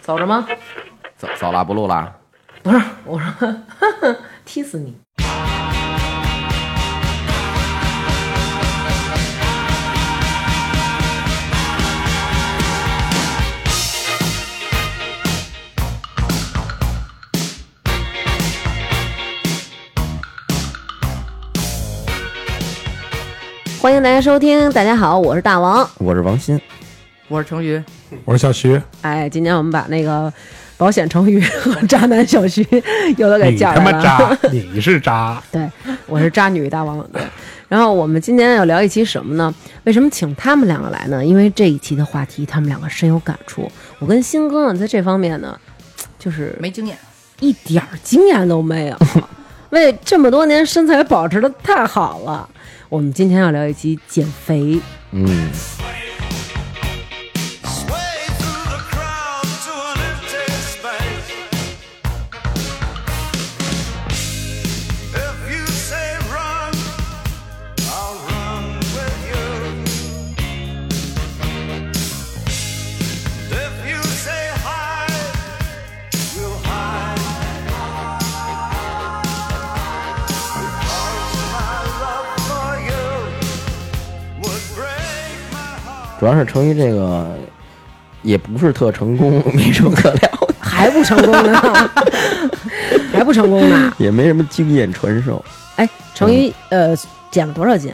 走着吗？走走啦，不录啊啦。不是，我说 呵呵踢死你！欢迎大家收听，大家好，我是大王。我是王鑫，我是程宇，我是小徐，哎，今天我们把那个保险成语和渣男小徐 又都给你叫他来妈了。渣， 你是渣，对，我是渣女大王。对，然后我们今天要聊一期什么呢？为什么请他们两个来呢？因为这一期的话题，他们两个深有感触。我跟新哥呢，在这方面呢，就是没经验，一点儿经验都没 有，为这么多年身材保持的太好了。我们今天要聊一期减肥，嗯， Sway through the crowd to an empty space. If you say run, I'll run with you. If you say hide, we'll hide. Because my love for you would break my heart. 主要是成于这个也不是特成功，没什么可聊的， 还不成功呢， 还不成功呢。也没什么经验传授。哎，成宇，呃，减了多少斤？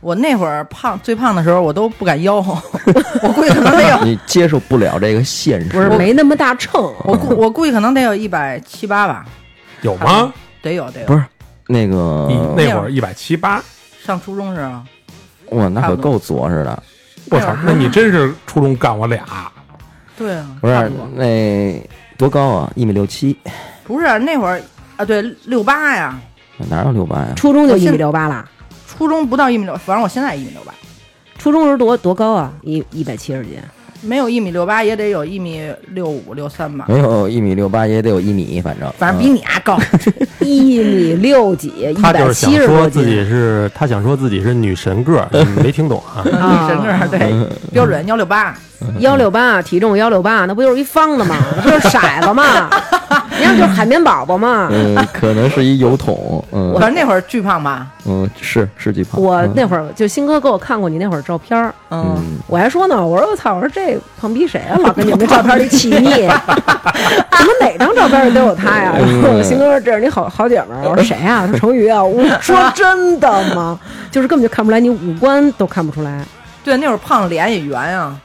我那会儿胖最胖的时候，我都不敢吆喝， 我估计可能得有，你接受不了这个现实，不是没那么大秤，我估我估计可能得有一百七八吧，有吗？得有得有不。是那嗯个你那会儿一百七八，上初中时候，哇，那可够作似的。我操，那你真是初中干我俩，对啊，不差是不多那多高啊？一米六七，不是那会儿啊，对六八呀，哪有六八呀？ 初中就我一现米六八了。初中不到一米六，反正我现在一米六八，初中时候多多高啊？一一百七十斤，没有一米六八也得有一米六五六三吧，没有一米六八也得有一米，反正反正比嗯你还 高。一米六几，一 他就百是想七十说多自己斤。是，他想说自己是女 神个儿，你没听懂啊？啊女神个儿嗯对标准幺六八，幺六八体重幺六八，那不就是一方 的吗？那不就是骰子 吗？人家就是海绵宝宝嘛。嗯，可能是一油桶，嗯反正那会儿巨胖吧，嗯，是是几胖。我嗯那会儿就新哥给我看过你那会儿照片儿，嗯，嗯，我还说呢，我说我操，我说这胖逼谁啊，老跟你们照片里起 腻，怎么哪张照片里都有他呀？然后我新哥说这是你好好姐 们儿，我说谁啊？他说成宇啊，我说真的吗？ 就是根本就看不出来，你五官都看不出来。对，那会儿胖脸也圆啊，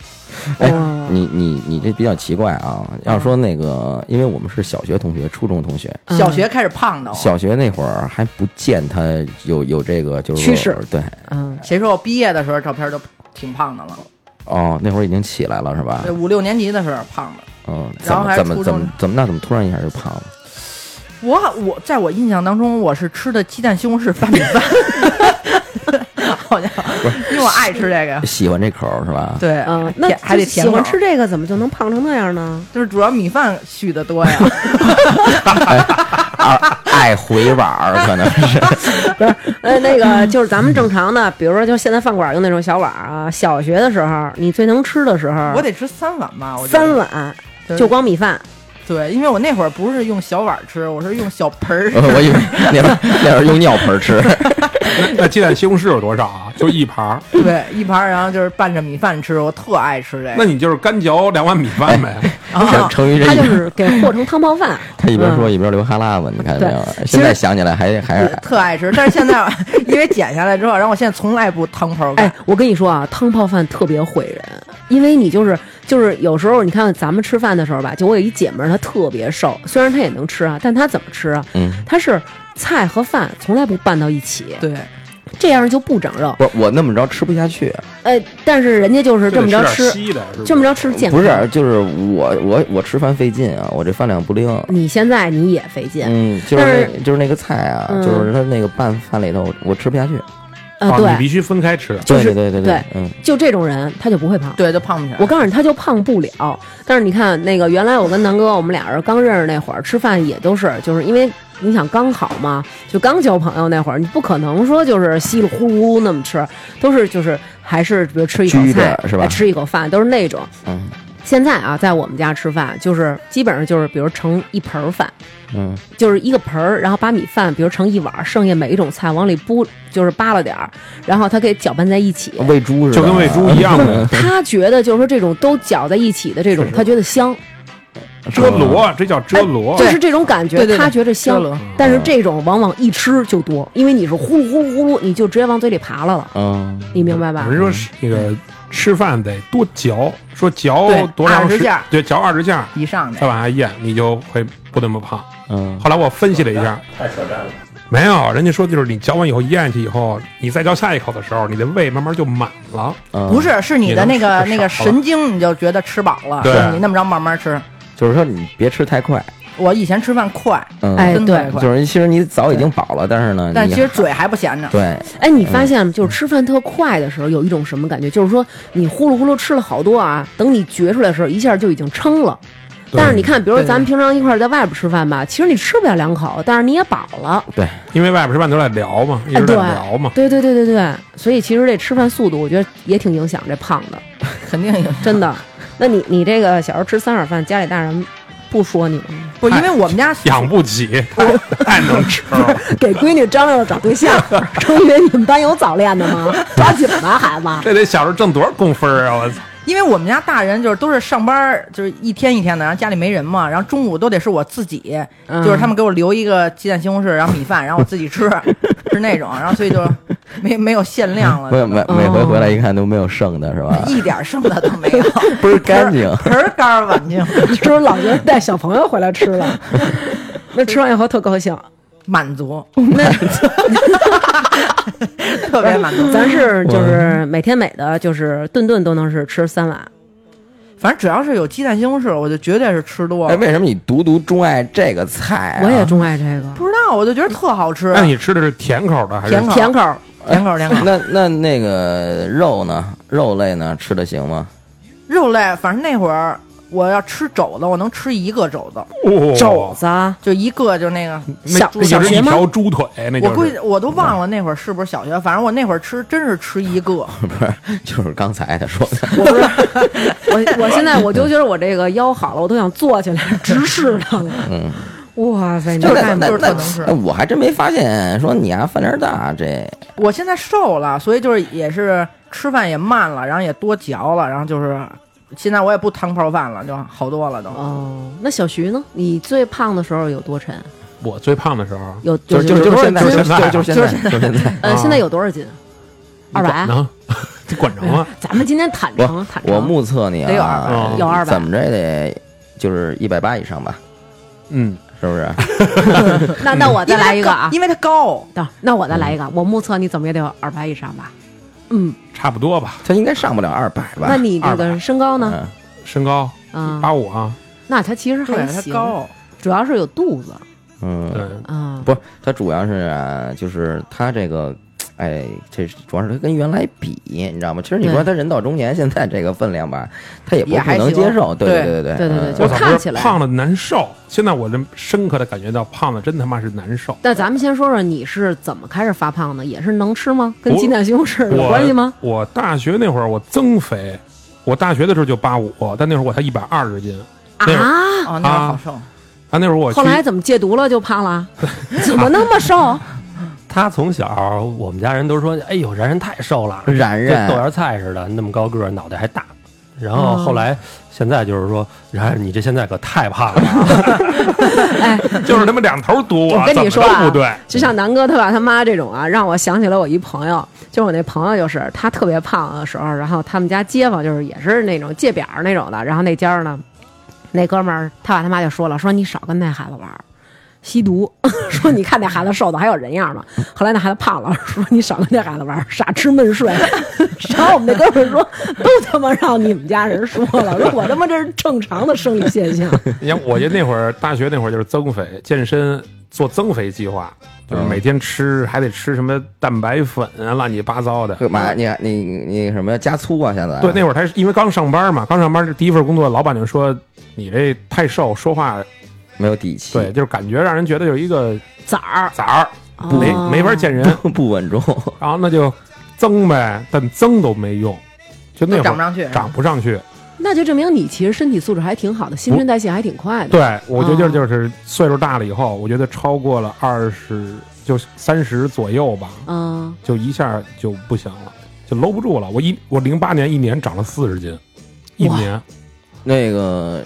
哎哦，你你你这比较奇怪啊！要说那个，因为我们是小学同学、初中同学，嗯小学开始胖的，小学那会儿还不见他有有这个就是趋势，对嗯，谁说我毕业的时候照片都挺胖的了？哦，那会儿已经起来了是吧对，？五六年级的时候胖的。嗯，怎然后么还怎么初怎中么怎么那怎么突然一下就胖了？我我在我印象当中，我是吃的鸡蛋西红柿翻米饭， 好家伙，因为我爱吃这个。喜欢这口儿是吧？对，嗯，那甜还得就喜甜口欢吃，这个，怎么就能胖成那样 呢？就是主要米饭续的多呀。 啊，爱回碗儿可能是呃，那个 就是咱们正常的，比如说就是现在饭馆用那种小碗儿啊，小学的时候你最能吃的时候，我得吃三碗吧，我觉得三碗对就光米饭，对，因为我那会儿不是用小碗吃，我是用小盆儿哦呃我以为那会儿那会儿用尿盆儿吃，那 那鸡蛋西红柿有多少啊？就一盘儿，对，一盘儿，然后就是拌着米饭吃，我特爱吃这那个。你就是干嚼两碗米饭呗。然成后成于这他一就是给和成汤泡饭。他一边嗯说一边流哈喇子，你看见没有？现在想起来还还是特爱吃，但是现在 因为减下来之后，然后我现在从来不汤泡饭哎，，我跟你说啊，汤泡饭特别毁人，因为你就是就是有时候你看咱们吃饭的时候吧，就我有一姐们儿，她特别瘦，虽然她也能吃啊，但她怎么吃啊？嗯，她是菜和饭从来不拌到一起，对，这样就不长肉。不是我那么着吃不下去。呃，但是人家就是 这么着就得吃，点稀的，是不是这么着吃健康。不是，，就是我我我吃饭费劲啊，我这饭量不灵。你现在你也费劲，嗯，就是但那是就是那个菜啊，嗯就是它那个拌饭里头，我吃不下去。呃，啊，你对，必须分开吃。就是对对对对嗯，就这种人他就不会胖。对，就胖不起来。我告诉你，他就胖不了。但是你看，那个原来我跟南哥，我们俩人刚认识那会儿，吃饭也都是，就是因为你想刚好嘛，就刚交朋友那会儿，你不可能说就是稀里呼噜那么吃，都是就是还是比如吃一口拘着菜是吧哎吃一口饭，都是那种。嗯，现在啊，在我们家吃饭就是基本上就是，比如盛一盆儿饭，嗯，就是一个盆儿，然后把米饭比如盛一碗儿，剩下每一种菜往里拨，就是扒拉点儿，然后他给搅拌在一起。喂猪似的，就跟喂猪一样的他觉得就是说这种都搅在一起的这种，他觉得香，哎遮罗，这叫遮罗就。是这种感觉对，对对他觉着香香。但是这种往往一吃就多，因为你是呼噜呼噜呼噜，你就直接往嘴里扒拉了，嗯，你明白吧有？人说是那个吃饭得多嚼，说嚼对多长20时下，对，嚼二十下，以上再的，往下咽，你就会不那么胖。嗯，后来我分析了一下，太扯淡了。没有，人家说就是你嚼完以后咽下去以后，你再嚼下一口的时候，你的胃慢慢就满了。嗯不，是是你的那个你能吃那个少了神经，你就觉得吃饱了，对就是你那么着慢慢吃。就是说你别吃太快，我以前吃饭快，嗯，哎真对太快，就是其实你早已经饱了，但是呢，但你其实嘴还不闲着。对，哎，你发现吗就是吃饭特快的时候，有一种什么感觉？就是说你呼噜呼噜吃了好多啊，等你觉出来的时候，一下就已经撑了。对但是你看，比如说对对咱们平常一块儿在外边吃饭吧，其实你吃不了两口，但是你也饱了。对，因为外边吃饭都在聊嘛，一直在聊嘛。啊对对对对对，所以其实这吃饭速度，我觉得也挺影响这胖的，肯定有。 真的。那你你这个小时候吃三碗饭，家里大人不说你吗？不，因为我们家养不起，太太能吃了。 给闺女张罗着找对象， 成宇，你们班有早恋的吗？抓紧吧，孩子。 这得小时候挣多少工分啊！我操，因为我们家大人就是都是上班儿，就是一天一天的，然后家里没人嘛，然后中午都得是我自己，嗯就是他们给我留一个鸡蛋西红柿，然后米饭，然后我自 己吃，是那种，然后所以就没没有限量了，每每哦每回回来一看都没有剩的是吧？嗯哎一点剩的都没 有，倍儿干净，盆儿干儿碗净，是不是老觉得带小朋友回来吃了？那吃完以后特高 兴，满足，特别满足。咱是就是每天每的，就是顿顿都能是吃三碗。反正只要是有鸡蛋西红柿，我就绝对是吃多哎，了。为什么你独独钟爱这个菜啊？我也钟爱这个不知道，我就觉得特好吃，那你吃的是甜口的还是甜口甜口儿，两口两口。哎那那那个肉呢？肉类呢？吃的行吗？ 肉类，反正那会儿我要吃肘子，我能吃一个肘子，肘哦，子啊，就一个，就那个。那小那小就是学一吗条猪腿，我那就估是计我都忘了那会儿是不是小学，反正我那会儿吃真是吃一个，不是，就是刚才他说的，我不是我，我现在我就觉得我这个腰好了，我都想坐起来直视他了。嗯，哇塞，你就是太那那就是那可能是那我还真没发现，说你啊饭量大这，我现在瘦了，所以就是也是吃饭也慢了，然后也多嚼了，然后就是现在我也不汤泡饭了，就好多了都。哦，那小徐呢？你最胖的时候有多沉？我最胖的时候，有就有是就是有就多是少现在，就斤是就是现在，就是现在。呃，啊现在有多少斤？ 二百管。着，这管着吗？咱们今天坦诚坦诚。我目测你得有啊二百，有二百怎么着也得就是一百八以上吧，嗯，是不是？那那我再来一个啊，因为它高，等那我再来一个，我目测你怎么也得有二百以上吧？嗯，差不多吧。他应该上不了二百吧？那你这个身高呢？嗯，身高啊，八五啊，那他其实对还它行，高，主要是有肚子对嗯，，啊。不是，他主要是啊，就是他这个。哎，这是主要是他跟原来比，你知道吗？其实你说对他人到中年，现在这个分量吧，他也不也不还能行接受。对对对对对对嗯就我是操，看不起是来胖了难受。现在我这深刻的感觉到，胖了真他妈是难受。那咱们先说说你是怎么开始发胖的？也是能吃吗？跟我鸡蛋西红柿有我关系吗？？我大学那会儿我增肥，我大学的时候就八五，但那会儿我才一百二十斤。那会儿啊，哦，那会儿好瘦。啊，那会儿我去后来怎么戒毒了就胖了？怎么那么瘦？他从小我们家人都说，哎呦，然然太瘦了，冉跟豆冉，芽菜似的，那么高个儿，脑袋还大。然后后来，现在就是说，然然你这现在可太胖了， 哎， 就是他妈两头堵我跟怎你么说都啊不对，就像南哥他爸他妈这种啊，让我想起了我一朋友，就是我那朋友，就是他特别胖的时候，然后他们家街坊就是也是那种界表那种的，然后那家儿呢，那哥们儿他爸他妈就说了，说你少跟那孩子玩儿。吸毒， 说你看那孩子瘦的还有人样吗？后来那孩子胖了，说你少跟那孩子玩儿，傻吃闷睡。 然后我们那哥们儿说，都他妈让你们家人说了，说我他妈这是正常的生理现象。你看，我就那会儿大学那会儿就是增肥、健身，做增肥计划，就是每天吃还得吃什么蛋白粉啊，乱七八糟的。干嘛？你你你什么呀？加粗啊？现在对，那会儿他是因为刚上班嘛，刚上班这第一份工作，老板就说你这太瘦，说话没有底气，对，就是感觉让人觉得有一个崽儿，崽儿， 没哦没法 见人。不不稳 重。然后那就增呗，但增都没用，就都那会长不儿上去，长不上去。那就证明你其实身体素质还挺好的，新陈代谢还挺快的。对，我觉哦得就是岁数大了以后，我觉得超过了二十，就三十左右吧，嗯，就一下就不行了，就搂不住了。我一我零八年一年长了四十斤，一哇年那个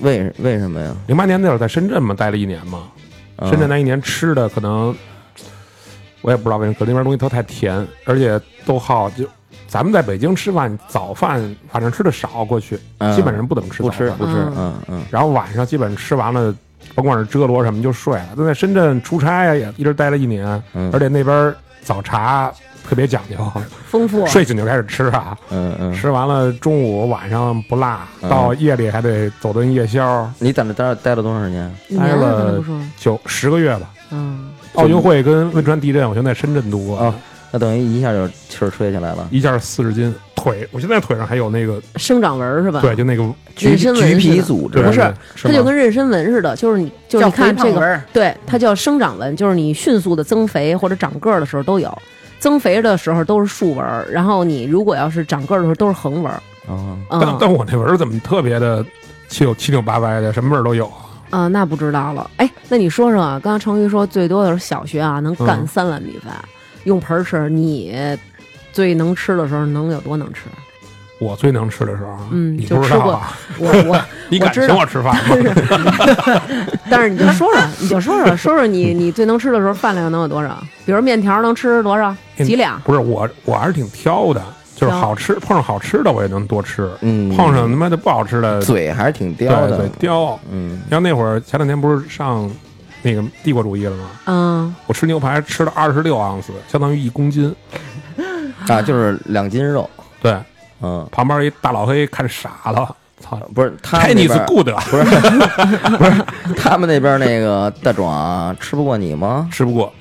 为为什么呀？零八年那会儿在深圳嘛，待了一年嘛，啊深圳那一年吃的可能我也不知道为什么，可能那边东西都太甜，而且都好就。咱们在北京吃饭，早饭反正吃的少，过去嗯基本上不怎么吃不早饭吃不吃，嗯嗯嗯然后晚上基本吃完了，甭管是遮罗什么就睡了。但在深圳出差呀，也一直待了一年，嗯而且那边早茶特别讲究，丰富。睡醒就开始吃啊，嗯嗯。吃完了中午晚上不落，嗯到夜里还得走顿夜宵，你在那待待了多长时间？你娘挨了怎么不说？就十个月吧。嗯，奥运会跟汶川地震，我全在深圳度过，哦那等于一下就气儿吹起来了。一下四十斤，腿我现在腿上还有那个，生长纹儿啊是吧？对，，就那个橘妊娠纹橘似皮的组织对不是吗它就跟妊娠纹似的，就是你就是叫你看肥胖这个，纹儿对，它叫生长纹，就是你迅速的增肥或者长个儿的时候都有。增肥的时候都是竖纹儿，然后你如果要是长个儿的时候都是横纹儿。哦，但嗯但我那纹儿怎么特别的七扭七扭八歪的，什么味儿都有。啊，那不知道了。哎，那你说说啊，刚刚成瑜说最多的是小学啊，能嗯干三碗米饭，用盆儿吃。你最能吃的时候能有多能吃？我最能吃的时候，嗯你就不知吃道过啊，我我， 你我敢知请道我吃饭 吗？但是你就说说，你就说说，说说你你最能吃的时候饭量能有多少？比如面条能吃多少？嗯几两？不是我，我还是挺挑的，就是挑好吃碰上好吃的我也能多吃，嗯，碰上他妈的不好吃的，嘴还是挺对刁的对，刁。嗯，像那会儿前两天不是上那个帝国主义了吗？嗯，我吃牛排吃了二十六盎司，相当于一公斤。啊，就是两斤肉，对，嗯，旁边一大老黑看傻了，操不是他们那边，Chinese good， 不是不是他们那边那个大壮吃不过你吗？吃不过，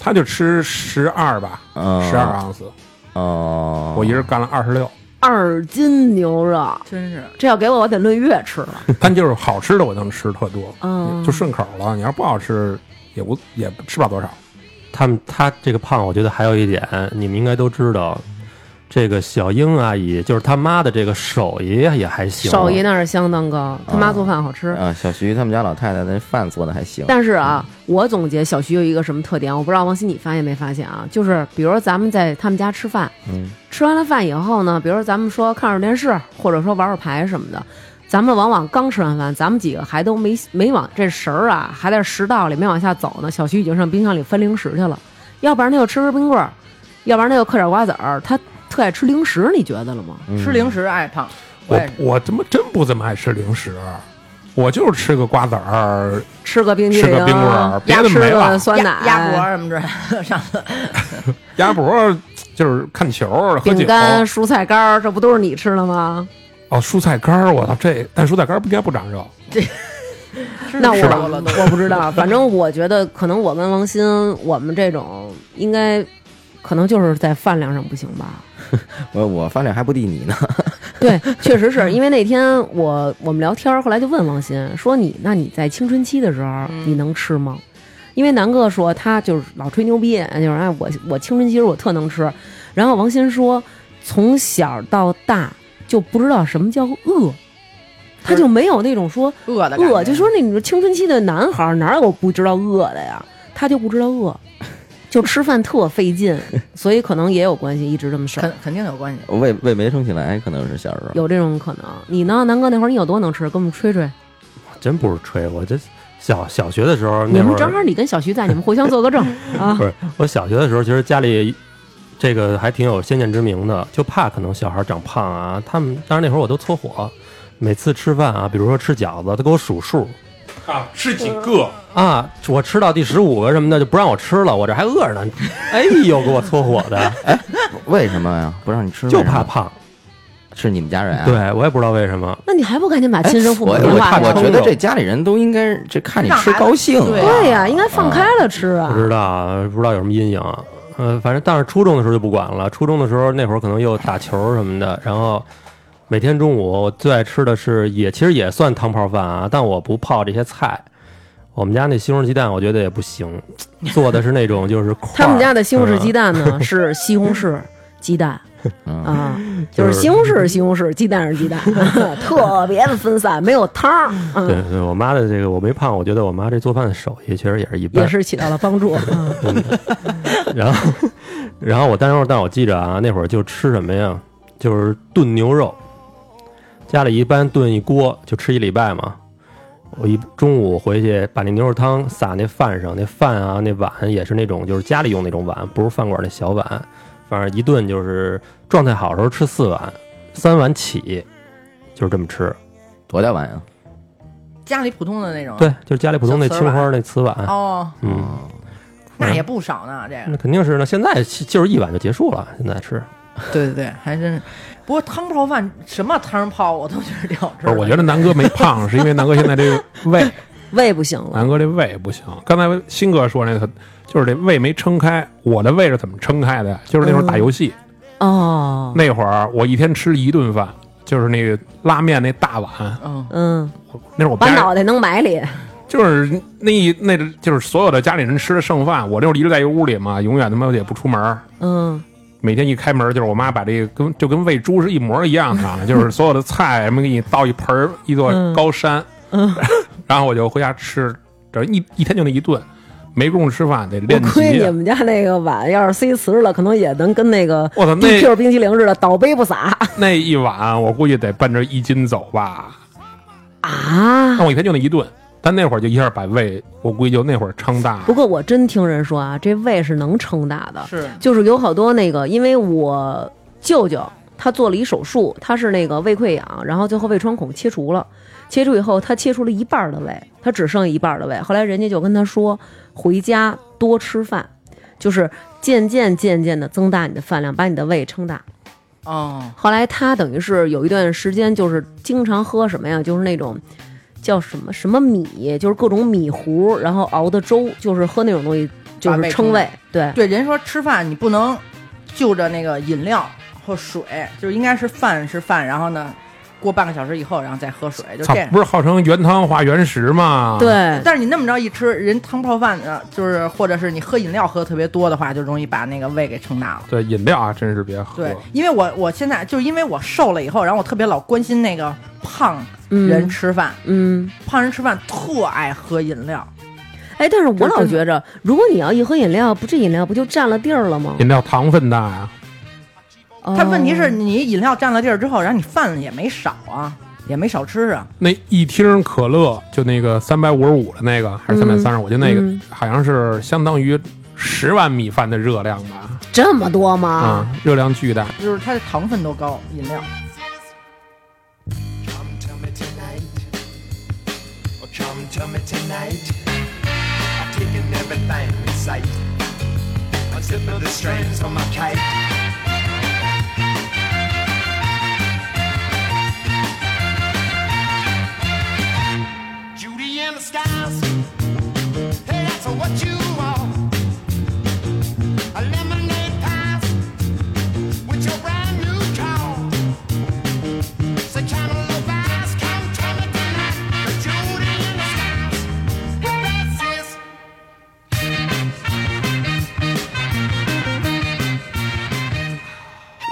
他就吃十二吧，嗯，十二盎司，哦，我一人干了二十 六。二斤牛肉，真是这要给我，我得论月吃 了。但就是好吃的我能吃特多，嗯，就顺口了。你要不好吃，也不也吃不了多少。他们他这个胖，我觉得还有一点，你们应该都知道，这个小英阿姨就是他妈的这个手艺啊也还行，手艺那是相当高，他妈做饭好嗯吃。啊，小徐他们家老太太那饭做的还行，但是啊，我总结小徐有一个什么特点，我不知道王鑫你发现没发现啊？就是比如说咱们在他们家吃饭，嗯吃完了饭以后呢，比如说咱们说看会儿电视，或者说玩会儿牌什么的，咱们往往刚吃完饭，咱们几个还都没没往这食儿啊，还在食道里没往下走呢。小徐已经上冰箱里翻零食去了，要不然他就吃根冰棍儿，要不然他就嗑点瓜子儿，他特爱吃零食，你觉得了吗？嗯吃零食爱胖，我我也是我他妈真不怎么爱吃零食，我就是吃个瓜子儿，吃个冰激凌，吃个冰棍儿别呀的吃没个了酸啊奶，鸭鸭脖什么之类的，上次鸭脖，就是看球儿、喝饼酒。干、蔬菜干儿，这不都是你吃的吗？哦，蔬菜干儿，我操，这但蔬菜干儿不应该不长肉。吃那的我太多了都。我不知道，反正我觉得可能我跟王鑫，我们这种应该可能就是在饭量上不行 吧。我我饭量还不敌你呢，对，确实是因为那天我我们聊天儿，后来就问王鑫说你：“那你在青春期的时候，嗯你能吃吗？”因为南哥说他就是老吹牛逼，就是哎我我青春期时候我特能吃，然后王鑫说从小到大就不知道什么叫饿，他就没有那种说饿的感觉饿，就说那你说青春期的男孩儿哪有不知道饿的呀？他就不知道饿， 就吃饭特费劲，所以可能也有关系，一直这么瘦，肯肯定有关系。胃胃没撑起来，可能是小时候。有这种可能。你呢，南哥那会儿你有多能吃？给我们吹吹。真不是吹，我这小小学的时候你那会们正好儿，你跟小徐在，你们互相做个证啊不。是我小学的时候，其实家里这个还挺有先见之明的，就怕可能小孩长胖啊。他们当然那会儿我都搓火，每次吃饭啊，比如说吃饺子，他给我数数啊，吃几个？啊，我吃到第十五个什么的就不让我吃了，我这还饿着呢。哎呦，给我搓火 的，为什么呀？不让你吃，就为什怕么胖。是你们家人啊？对我也不知道为什么。那你还不赶紧把亲生父母我电我话看给我我觉得这家里人都应该这看你吃高兴、啊，让孩子对呀、应该放开了吃不啊。知道，不知道有什么阴影。呃，反正但是初中的时候就不管了。初中的时候那会儿可能又打球什么的，然后每天中午我最爱吃的是也其实也算汤泡饭啊，但我不泡这些菜。我们家那西红柿鸡蛋我觉得也 不行，做的是那种就是块儿他们家的西红柿鸡嗯蛋呢是西红柿鸡蛋，嗯，啊，就是西红柿是西红柿，鸡蛋是鸡蛋， 特别的分散，没有汤儿，嗯，对对，我妈的这个我没胖，我觉得我妈这做饭的手艺确实也是一般也。是起到了帮助。嗯 然后，然后我当时但我记着啊，那会儿就吃什么呀？就是炖牛肉，家里一般炖一锅就吃一礼拜嘛。我一中午回去把那牛肉汤撒那饭上，那饭啊那碗也是那种就是家里用那种碗，不是饭馆那小碗，反正一顿就是状态好的时候吃四碗，三碗起，就是这么吃。多大碗呀？啊家里普通的那种。对，就是家里普通那青花那瓷碗，哦，嗯。那也不少呢，这嗯那个。肯定是呢，现在其就是一碗就结束了。现在吃，对对对，还真是。不过汤泡饭什么汤泡我都觉得挺好吃不的。是，我觉得南哥没胖，是因为南哥现在这个胃，胃不行了，南哥这胃不行。刚才新哥说那个，就是这胃没撑开。我的胃是怎么撑开的呀？就是那会儿打游戏，哦，那会儿我一天吃一顿饭，就是那个拉面那大碗。嗯，嗯，那是我把家脑袋弄埋里，就是那一那个就是所有的家里人吃的剩饭，我就是一直在一屋里嘛，永远他妈也不出门儿。嗯，每天一开门，就是我妈把这个跟就跟喂猪是一模一样的 啊，就是所有的菜什么给你倒一盆儿一座高山，嗯 然后我就回家吃，这一一天就那一顿，没工夫吃饭得我练估计级啊你。们家那个碗要是塞瓷了，可能也能跟那个我操，地那 Q 冰淇淋似的，倒杯不洒 那一碗我估计得奔着一斤走吧，啊。但我一天就那一顿，但那会儿就一下把胃，我估计就那会儿撑大不。过我真听人说啊，这胃是能撑大的，是就是有好多那个，因为我舅舅他做了一手术，他是那个胃溃疡，然后最后胃穿孔切除了，切除以后他切除了一半儿的胃，他只剩一半儿的胃。后来人家就跟他说，回家多吃饭，就是渐渐渐渐的增大你的饭量，把你的胃撑大。哦，后来他等于是有一段时间就是经常喝什么呀，就是那种叫什么什么米，就是各种米糊，然后熬的粥，就是喝那种东西，就把是胃撑撑胃。对，对，人说吃饭你不能就着那个饮料或水，就是应该是饭是饭，然后呢，过半个小时以后，然后再喝水，就操这，样不。是号称原汤化原食吗？对，但是你那么着一吃，人汤泡饭啊，就是或者是你喝饮料喝特别多的话，就容易把那个胃给撑大了。对，饮料啊，真是别喝。对，因为我我现在就是因为我瘦了以后，然后我特别老关心那个胖人嗯吃饭，嗯，胖人吃饭特爱喝饮料，哎，但是这我老真的觉着，如果你要一喝饮料，不这饮料不就占了地儿了吗？饮料糖分大啊呀、但问题哦是你饮料占了地儿之后，然后你饭也没少啊，也没少吃啊。那一听可乐就那个三百五十五的那个，还是三百三十五？就那个、嗯好像是相当于十碗米饭的热量吧？这么多啊吗？嗯，热量巨大。就是它的糖分都高，饮料。 Come to me tonight. Oh, come to me tonight. I've taken everything in sight. I'm slipping the strings on my kite. Judy in the skies. Hey, that's what you are. A lemonade pass with your brand new car. It's a cantaloupe eyes, come to me tonight. The Judy in the skies. This is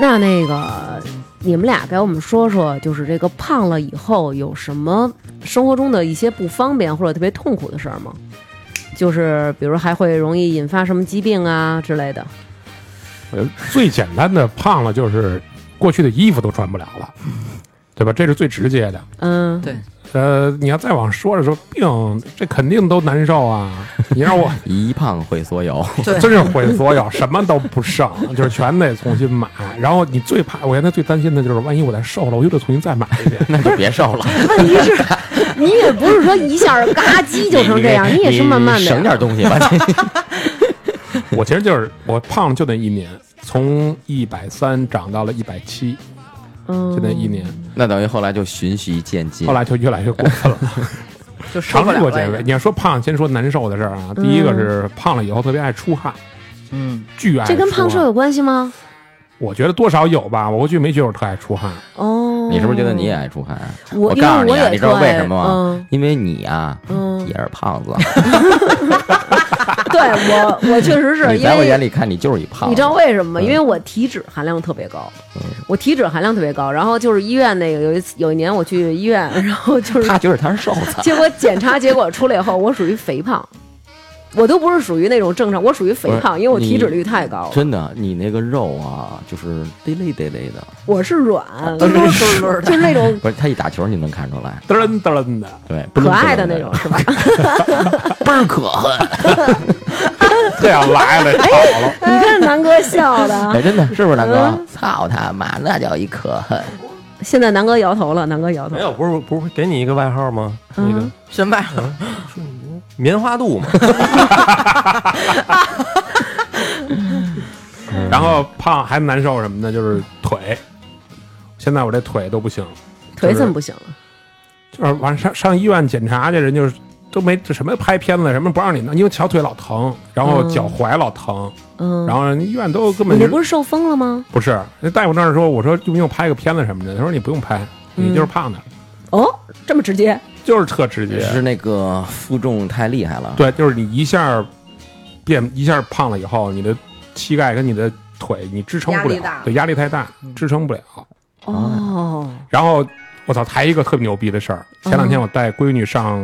那那个，你们俩给我们说说，就是这个胖了以后有什么生活中的一些不方便或者特别痛苦的事儿吗？就是比如还会容易引发什么疾病啊之类的。呃最简单的胖了就是过去的衣服都穿不了了，对吧？这是最直接的。嗯，对，呃，你要再往说的时候，病这肯定都难受啊！你 让我一胖毁所有，对真是毁所有，什么都不剩，就是全得重新买。然后你最怕，我现在最担心的就是，万一我再瘦了，我又得重新再买一遍。 那就别瘦了，问题是， 你也不是说一下儿嘎叽就成这样，你也是慢慢的。省点东西 吧。 我其实就是我胖了就那一年，从一百三长到了一百七，嗯，就那一年， 那等于后来就循序渐进。后来就越来越过 分了，就受尝嗯不试了过了减已肥。经。你要说胖，先说难受的事儿啊，嗯第一个是胖了以后特别爱出汗，嗯，巨爱出这汗。跟胖瘦有关系吗？我觉得多少有吧，我过去没觉得我特爱出汗，哦，你是不是觉得你也爱出汗？我因为告诉你啊，也嗯你知道特为爱什么吗？嗯因为你啊，嗯也是胖子，对 我，我确实 是你因在我为眼里看你就是一胖子，你知道为什么吗？嗯因为我体脂含量特别高，我体脂含量特别高。然后就是医院那个有一次有一年我去医院，然后 就是他觉得他是瘦子，结果检查结果出来以后，我属于肥胖，我都不是属于那种正常，我属于肥胖，因为我体脂率太 高了，啊真的，你那个肉啊，就是得嘞得嘞的，我是软，啊都是就是那种不是他一打球你能看出来，嘚儿嘚儿的，对，可爱的那种，是吧？ 倍儿可恨，这样来了，吵了。你看南哥笑的啊哎，，真的是不是大哥嗯？操他妈，那叫一可恨！现在南哥摇头了，南哥摇头没，有，不是不是给你一个外号吗？那个嗯什么呀？棉花肚嘛，嗯然后胖还难受什么的，就是腿。现在我这腿都不行，腿怎么不行了？就是完上上医院检查去，人就是都没这什么拍片子，什么不让你弄，因为小腿老疼，然后脚踝老疼，嗯，然后人家医院都根本你就这不是受风了吗？不是。那大夫那儿说，我说用不用拍个片子什么的，他说你不用拍，你就是胖的，哦，这么直接，就是特直接，是那个负重太厉害了，对，就是你一下变一下胖了以后，你的膝盖跟你的腿你支撑不压力大了，对，压力太大，支撑不了。哦，然后我操，还一个特别牛逼的事儿，前两天我带闺女上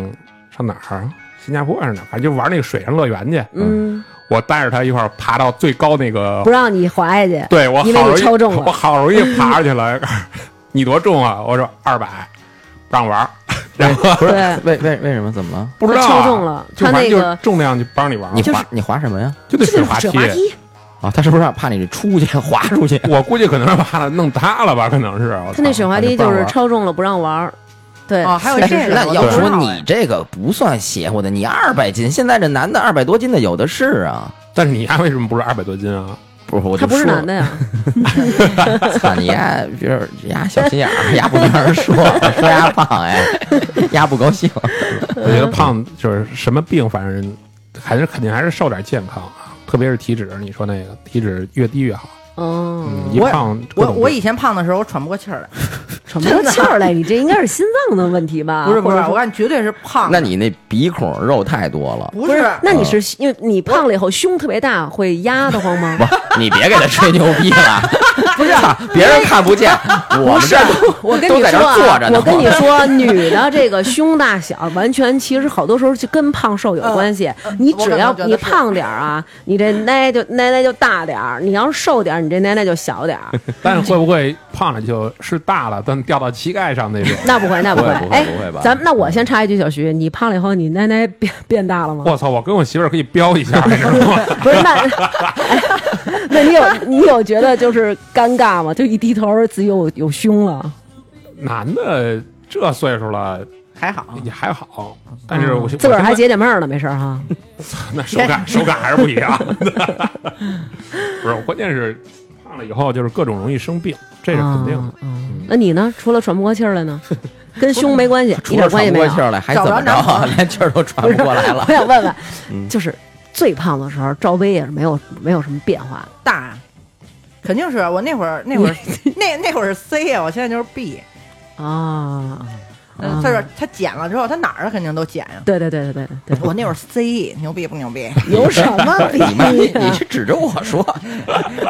上哪儿啊？新加坡还是哪儿？反正就玩那个水上乐园去。嗯，我带着她一块儿爬到最高那个不，让你滑下去，对我因为好你容易超重了 我好容易爬上去了。 你多重啊？我说二百，不让玩儿。然后不是对为为为什么？怎么了？ 不知道啊超重了就他反那正就是个重量就不让你玩儿你了，滑你滑什么呀？就那这水就是水梯。滑梯，啊，他是不是怕你出去 滑出 去？我估计可能是把它弄塌了吧，可能是。我操他那水滑梯就是反正不让玩儿超重了不让玩儿，对，哦，还有这个，那我都要不知说道你哎这个不算邪乎的，你二百斤，现在这男的二百多斤的有的是啊。但是你丫为什么不是二百多斤啊？不是，我他就不是说男的呀，操你丫，别人丫小心眼儿，丫不跟人说， 说丫胖哎，丫不高兴。嗯我觉得胖就是什么病，反正还是肯定还是受点健康啊，特别是体脂，你说那个体脂越低越好。嗯嗯，，一我胖各我种我病以前胖的时候，我喘不过气儿来，喘不过气儿来，你这应该是心脏的问题吧？不是不是，或者我感觉绝对是胖的。那你那鼻孔肉太多了，不不是是，那你是因为你胖了以后胸特别大，会压得慌吗？不，你别给他吹牛逼了，不是，别人看不见，我们这都我跟都你在这说儿坐啊着，呢。我跟你 说，女的这个胸大小，完全其实好多时候就跟胖瘦有关系。你只要我感觉你是胖点儿啊，你这奶就奶奶就大点儿；你要是瘦点儿，你这奶奶就小点儿。但是会不会胖了就是大了，但掉到膝盖上那种？那不会，那不会会不。会哎不会吧，咱们那我先插一句，小徐，你胖了以后，你奶奶变变大了吗？我操！我跟我媳妇儿可以飙一下，你知道吗？不是那，哎那你有你有觉得就是尴尬吗？就一低头自己有有胸了， 男的这岁数了还好，也还好，但是我嗯自个儿还我现解解闷儿呢，没事儿哈。在那手 感手感还是不一样的。 不是，关键是胖了以后就是各种容易生病，这是肯定的。啊嗯那你呢？除了喘不过气儿来呢，跟胸没关系，一除点了关喘系不没过有气。儿来，还找怎不么着着啊？ 连气儿都喘不过来 了我。想问问，就是最胖的时候，罩杯也是没有没有什么变化的。大，啊肯定是我那会儿那会儿那那会儿是 C 呀，我现在就是 B。啊，嗯，他说他减了之后，他哪儿啊肯定都减呀。对对对对对对，我那会儿 C 牛逼不牛逼？有什么比你妈，你你是指着我说，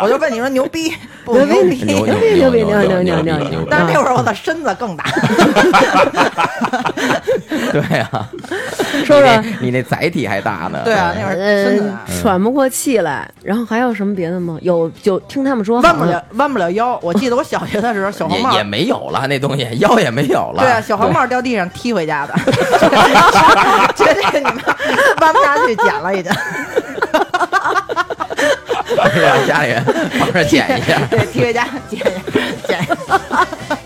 我就问你说牛逼不牛逼？牛牛逼牛逼牛逼牛逼牛逼牛逼！但是那会儿我的身子更大， 对啊，说说你那你那载体还大呢。对啊，那会儿身子呃大，喘不过气来，然后还有什么别的吗？有就听他们说弯好不像了弯不了腰。我记得我小学的时候，小红帽也也没有了，那东西腰也没有了。对 啊，小黄帽掉地上踢回家的，绝对你们弯不下去，捡了已经，对，让家里人帮着捡一下。对，踢回家捡捡。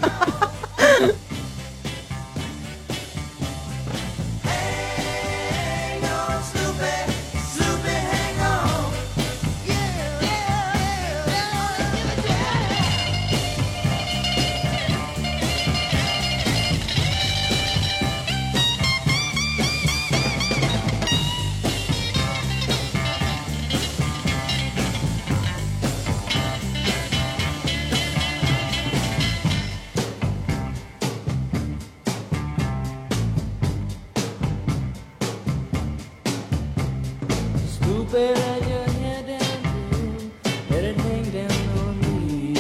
Better let your hair down, let it hang down on me.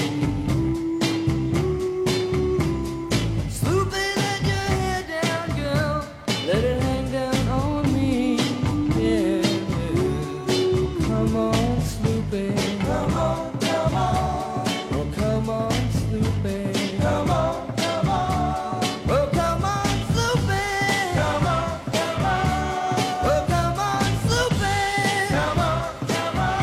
Swooping at your hair down, girl, let it hang down on me. Yeah, come on, swooping, come on, come on, oh come on, swooping, come on, come on, oh come on, swooping, come on, come on, oh come on, swooping, come on, come on,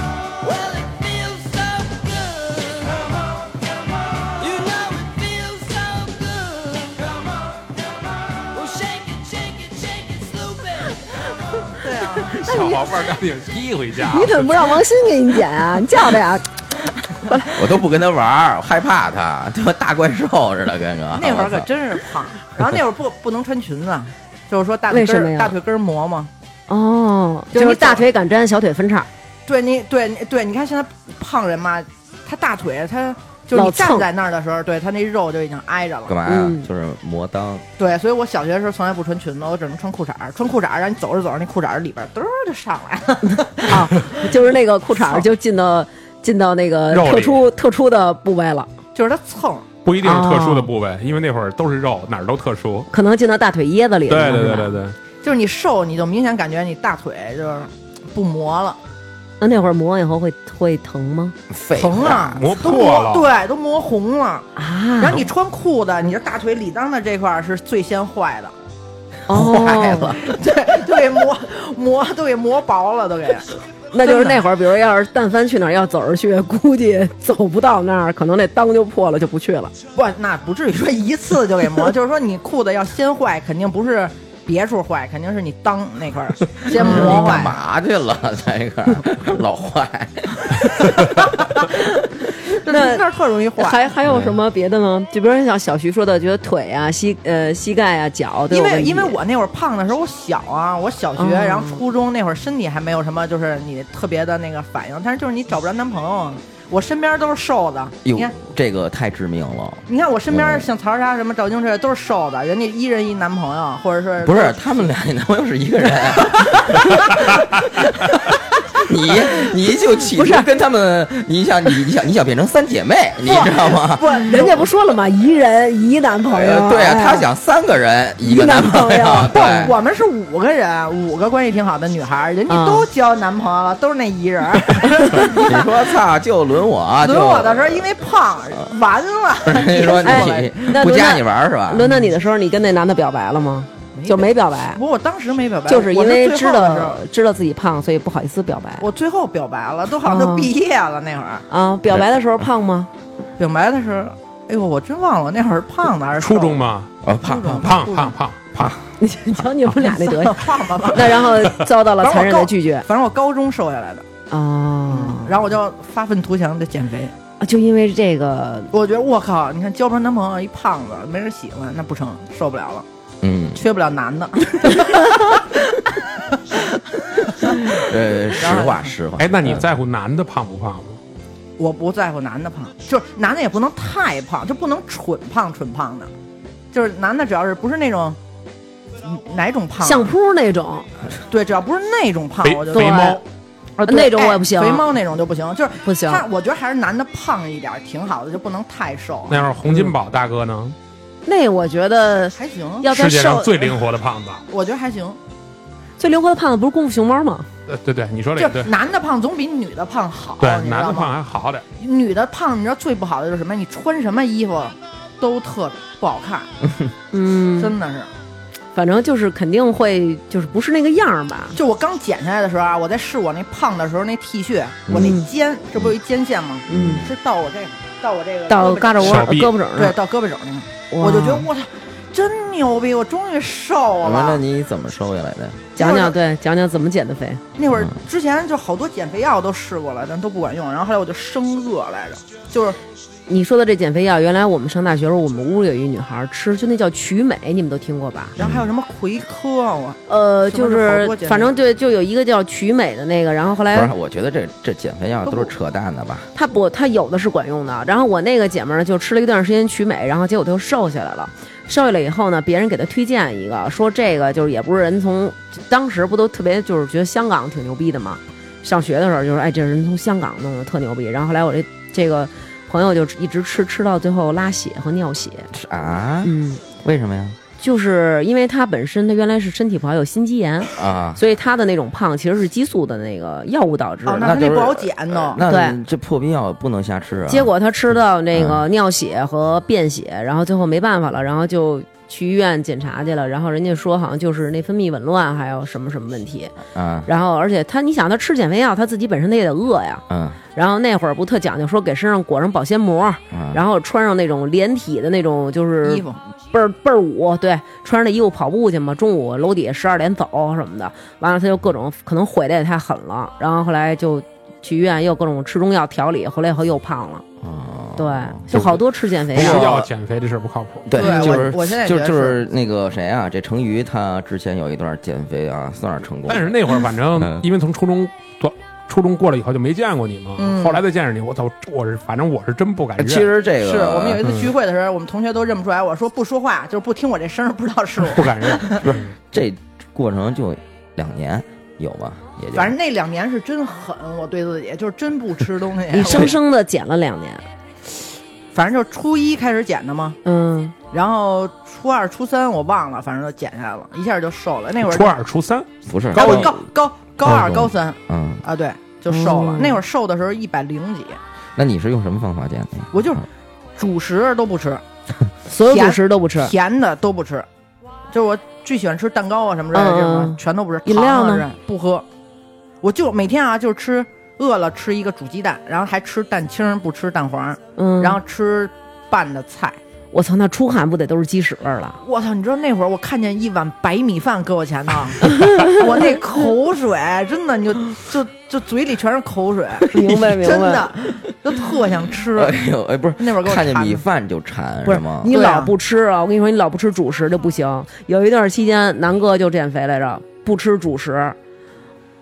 well it feels so good, come on, come on, you know it feels so good, come on, come on, well shake it, shake it, shake it, swooping. 嗯小毛病赶紧踢回家。你怎么不让王鑫给你剪啊？你叫他呀！我都不跟他玩儿，我害怕他，他妈大怪兽似的，跟个。那会儿可我操真是 胖，然后那会儿不不能穿裙子，就是说大腿为什根么呀儿大腿根儿磨嘛。 哦，就就是是你大腿敢粘，小腿分叉。对你对你对，你看现在胖人嘛，他大腿他就是老你站蹭在那儿的时候，对他那肉就已经挨着了干。嘛呀嗯？就是磨裆，对，所以我小学的时候从来不穿裙子，我只能穿裤衩儿。穿裤衩儿，然后你走着走着，那裤衩儿里边儿嘚儿就上来了。啊，就是那个裤衩儿就进到进到那个肉里特殊特殊的部位了，就是他蹭，不一定是特殊哦的部位，因为那会儿都是肉，哪儿都特殊。可能进到大腿椰子里对了。对是吧对对。对，就是你瘦，你就明显感觉你大腿就是不磨了，那那会儿磨完以后会会疼吗？废疼话啊，磨都破了磨对，都磨红了。然啊，后你穿裤子，你这大腿里裆的这块儿是最先坏的，坏哦，了， 对，都给磨磨都给磨薄了，都给。那就是那会儿，比如要是但凡去哪儿要走着去，估计走不到那儿，可能那裆就破了，就不去了。不，那不至于说一次就给磨，就是说你裤子要先坏，肯定不是别处坏，肯定是你裆那块儿先磨干坏。嘛去了？在一块儿老坏，那那儿特容易坏，还还有什么别的吗？就比如像小徐说的，觉得腿啊、膝呃、膝盖啊、脚都有因为问题因为我那会儿胖的时候，我小啊，我小学、嗯然后初中那会儿身体还没有什么，就是你特别的那个反应，但是就是你找不着男朋友，我身边都是瘦的，哟你看。，这个太致命了。你看我身嗯边像曹莎什么赵金这都是瘦的，人家一人一男朋友，或者是不是，他们俩，你男朋友是一个人。 你你就企图跟他们，你想你你想你想变成三姐妹，你知道吗？呃不，人家不说了吗？一人一男朋友。呃对啊，哎他想三个人一个一男男朋朋 友对，不，我们是五个人，五个关系挺好的女孩，人嗯家都交男朋友了，都是那一人。 你说操，就轮我，啊轮就我的时候因为胖，完了。 你说哎你那不轮加到你玩儿是吧？轮到你的时候，你跟那男的表白了吗？就没表白不，，过我当时没表白，就是因为我知是最后的时候道知道自己胖，所以不好意思表白。我最后表白了，都好像都毕业了那会儿。啊，表白的时候胖 吗？表白的时候，哎呦，我真忘了我那会儿胖的还是瘦初的中？嘛，啊，胖初中胖胖胖胖，你瞧你们俩那德行。胖吧吧。那然后遭到了残忍的拒绝反正我高中瘦下来的，啊，然后我就发愤图强的减肥。就因为这个，我觉得我靠，你看交不着男朋友，一胖子没人喜欢，那不成，受不了了，嗯，缺不了男的。呃，实话实话。嗯哎，那你在乎男的胖不胖吗？嗯我不在乎男的胖，就是男的也不能太胖，就不能蠢胖蠢胖的，就是男的只要是不是那种嗯哪种胖，相扑那种，对，只要不是那种胖肥，我就肥猫，啊对那种我哎也不行肥猫那种就不行，就是不行他我觉得还是男的胖一点儿挺好的，就不能太瘦，那要是洪金宝大哥呢？那我觉得还行，要再世界上瘦，最灵活的胖子。我觉得还行，最灵活的胖子不是功夫熊猫吗？呃，对对，你说这就个对男的胖总比女的胖好，对，哦你知男道的胖吗？还好点儿。女的胖，你知道最不好的就是什么？你穿什么衣服都特不好看，嗯，真的是。反正就是肯定会，就是不是那个样儿吧？就我刚剪下来的时候啊，我在试我那胖的时候那 T 恤，我嗯那肩，这不有一肩线吗？嗯，是到我这个，到我这个到胳胳膊肢窝手、臂胳膊肘对，上，到胳膊肘那个，哇我就觉得我操，真牛逼，我终于瘦完了，了。你怎么瘦下来的？讲讲对，讲讲怎么减的肥。那嗯会儿之前就好多减肥药都试过了，但都不管用。然后后来我就生热来着，就是你说的这减肥药，啊原来我们上大学时候，我们屋里有一女孩儿吃，就那叫曲美，你们都听过吧？然后还有什么葵科，啊我呃，什就么是好是多减肥反正对，就有一个叫曲美的那个，然后后不来是，我觉得这这减肥药都是扯淡的吧？她不，她有的是管用的。然后我那个姐们儿呢就吃了一段时间曲美，然后结果她就瘦下来了。瘦下来以后呢，别人给她推荐一个，说这个就是也不是人从当时不都特别就是觉得香港挺牛逼的嘛，上学的时候就是，哎，这人从香港弄的特牛逼。然后后来我这这个朋友就一直吃吃到最后拉血和尿血，啊？嗯，为什么呀？就是因为他本身他原来是身体不好，有心肌炎，啊，所以他的那种胖其实是激素的那个药物导致的。哦，那那他就是不好减呢。那哦对这破冰药不能瞎吃啊。结果他吃到那嗯个尿血和便血，然后最后没办法了，然后就去医院检查去了。然后人家说好像就是内分泌紊乱，还有什么什么问题。嗯啊，然后而且他，你想他吃减肥药，他自己本身他也得饿呀。嗯然后那会儿不特讲究，说给身上裹上保鲜膜，嗯，然后穿上那种连体的那种，呃就是衣服倍儿倍儿舞，对，穿着那衣服跑步去嘛，中午楼底下十二点走什么的，完了他就各种可能毁的也太狠了，然后后来就去医院又各种吃中药调理，回来以后又胖了，哦对，就好多吃减肥哎吃不药过，药减肥这事儿不靠谱。对对，就我是我现在也就觉得就是那个谁啊，这成瑜他之前有一段减肥啊，算是成功，但是那会儿反嗯正因为从初中过初中过了以后就没见过你嘛，嗯后来再见着你，我操，我是反正我是真不敢认，哎呃其实这个嗯是我们有一次聚会的时候，我们同学都认不出来，我说不说话，就是不听我这声儿，不知道是我。不 敢认，这过程就两年有吧，也就反正那两年是真狠，我对自己就是真不吃东西。 你生生的减了两年，反正就初一开始减的嘛，嗯，然后初二、初三我忘了，反正就减下来了，一下就瘦了。那会儿初二初三不是啊高不一高高高高二、中高三嗯，啊，对，就瘦了。嗯那会儿瘦的时候一百零几，那你是用什么方法减的？我就是主食都不吃，所有主食都不吃，甜的都不吃，就是我最喜欢吃蛋糕啊什么之类的，嗯这种嗯全都不吃。饮料呢糖啊？不喝，我就每天啊，就是吃饿了吃一个煮鸡蛋，然后还吃蛋清儿，不吃蛋黄儿，嗯，然后吃拌的菜。我操，那出汗不得都是鸡屎味儿 了，我操！你知道那会儿我看见一碗白米饭搁我前头，我那口水真的，你就就就嘴里全是口水，明白明真白的，就特想吃。哎呦哎，不是那会儿给我看见馋米的饭就馋不是吗？你对啊老不吃啊！我跟你说，你老不吃主食就不行。有一段期间，南哥就减肥来着，不吃主食。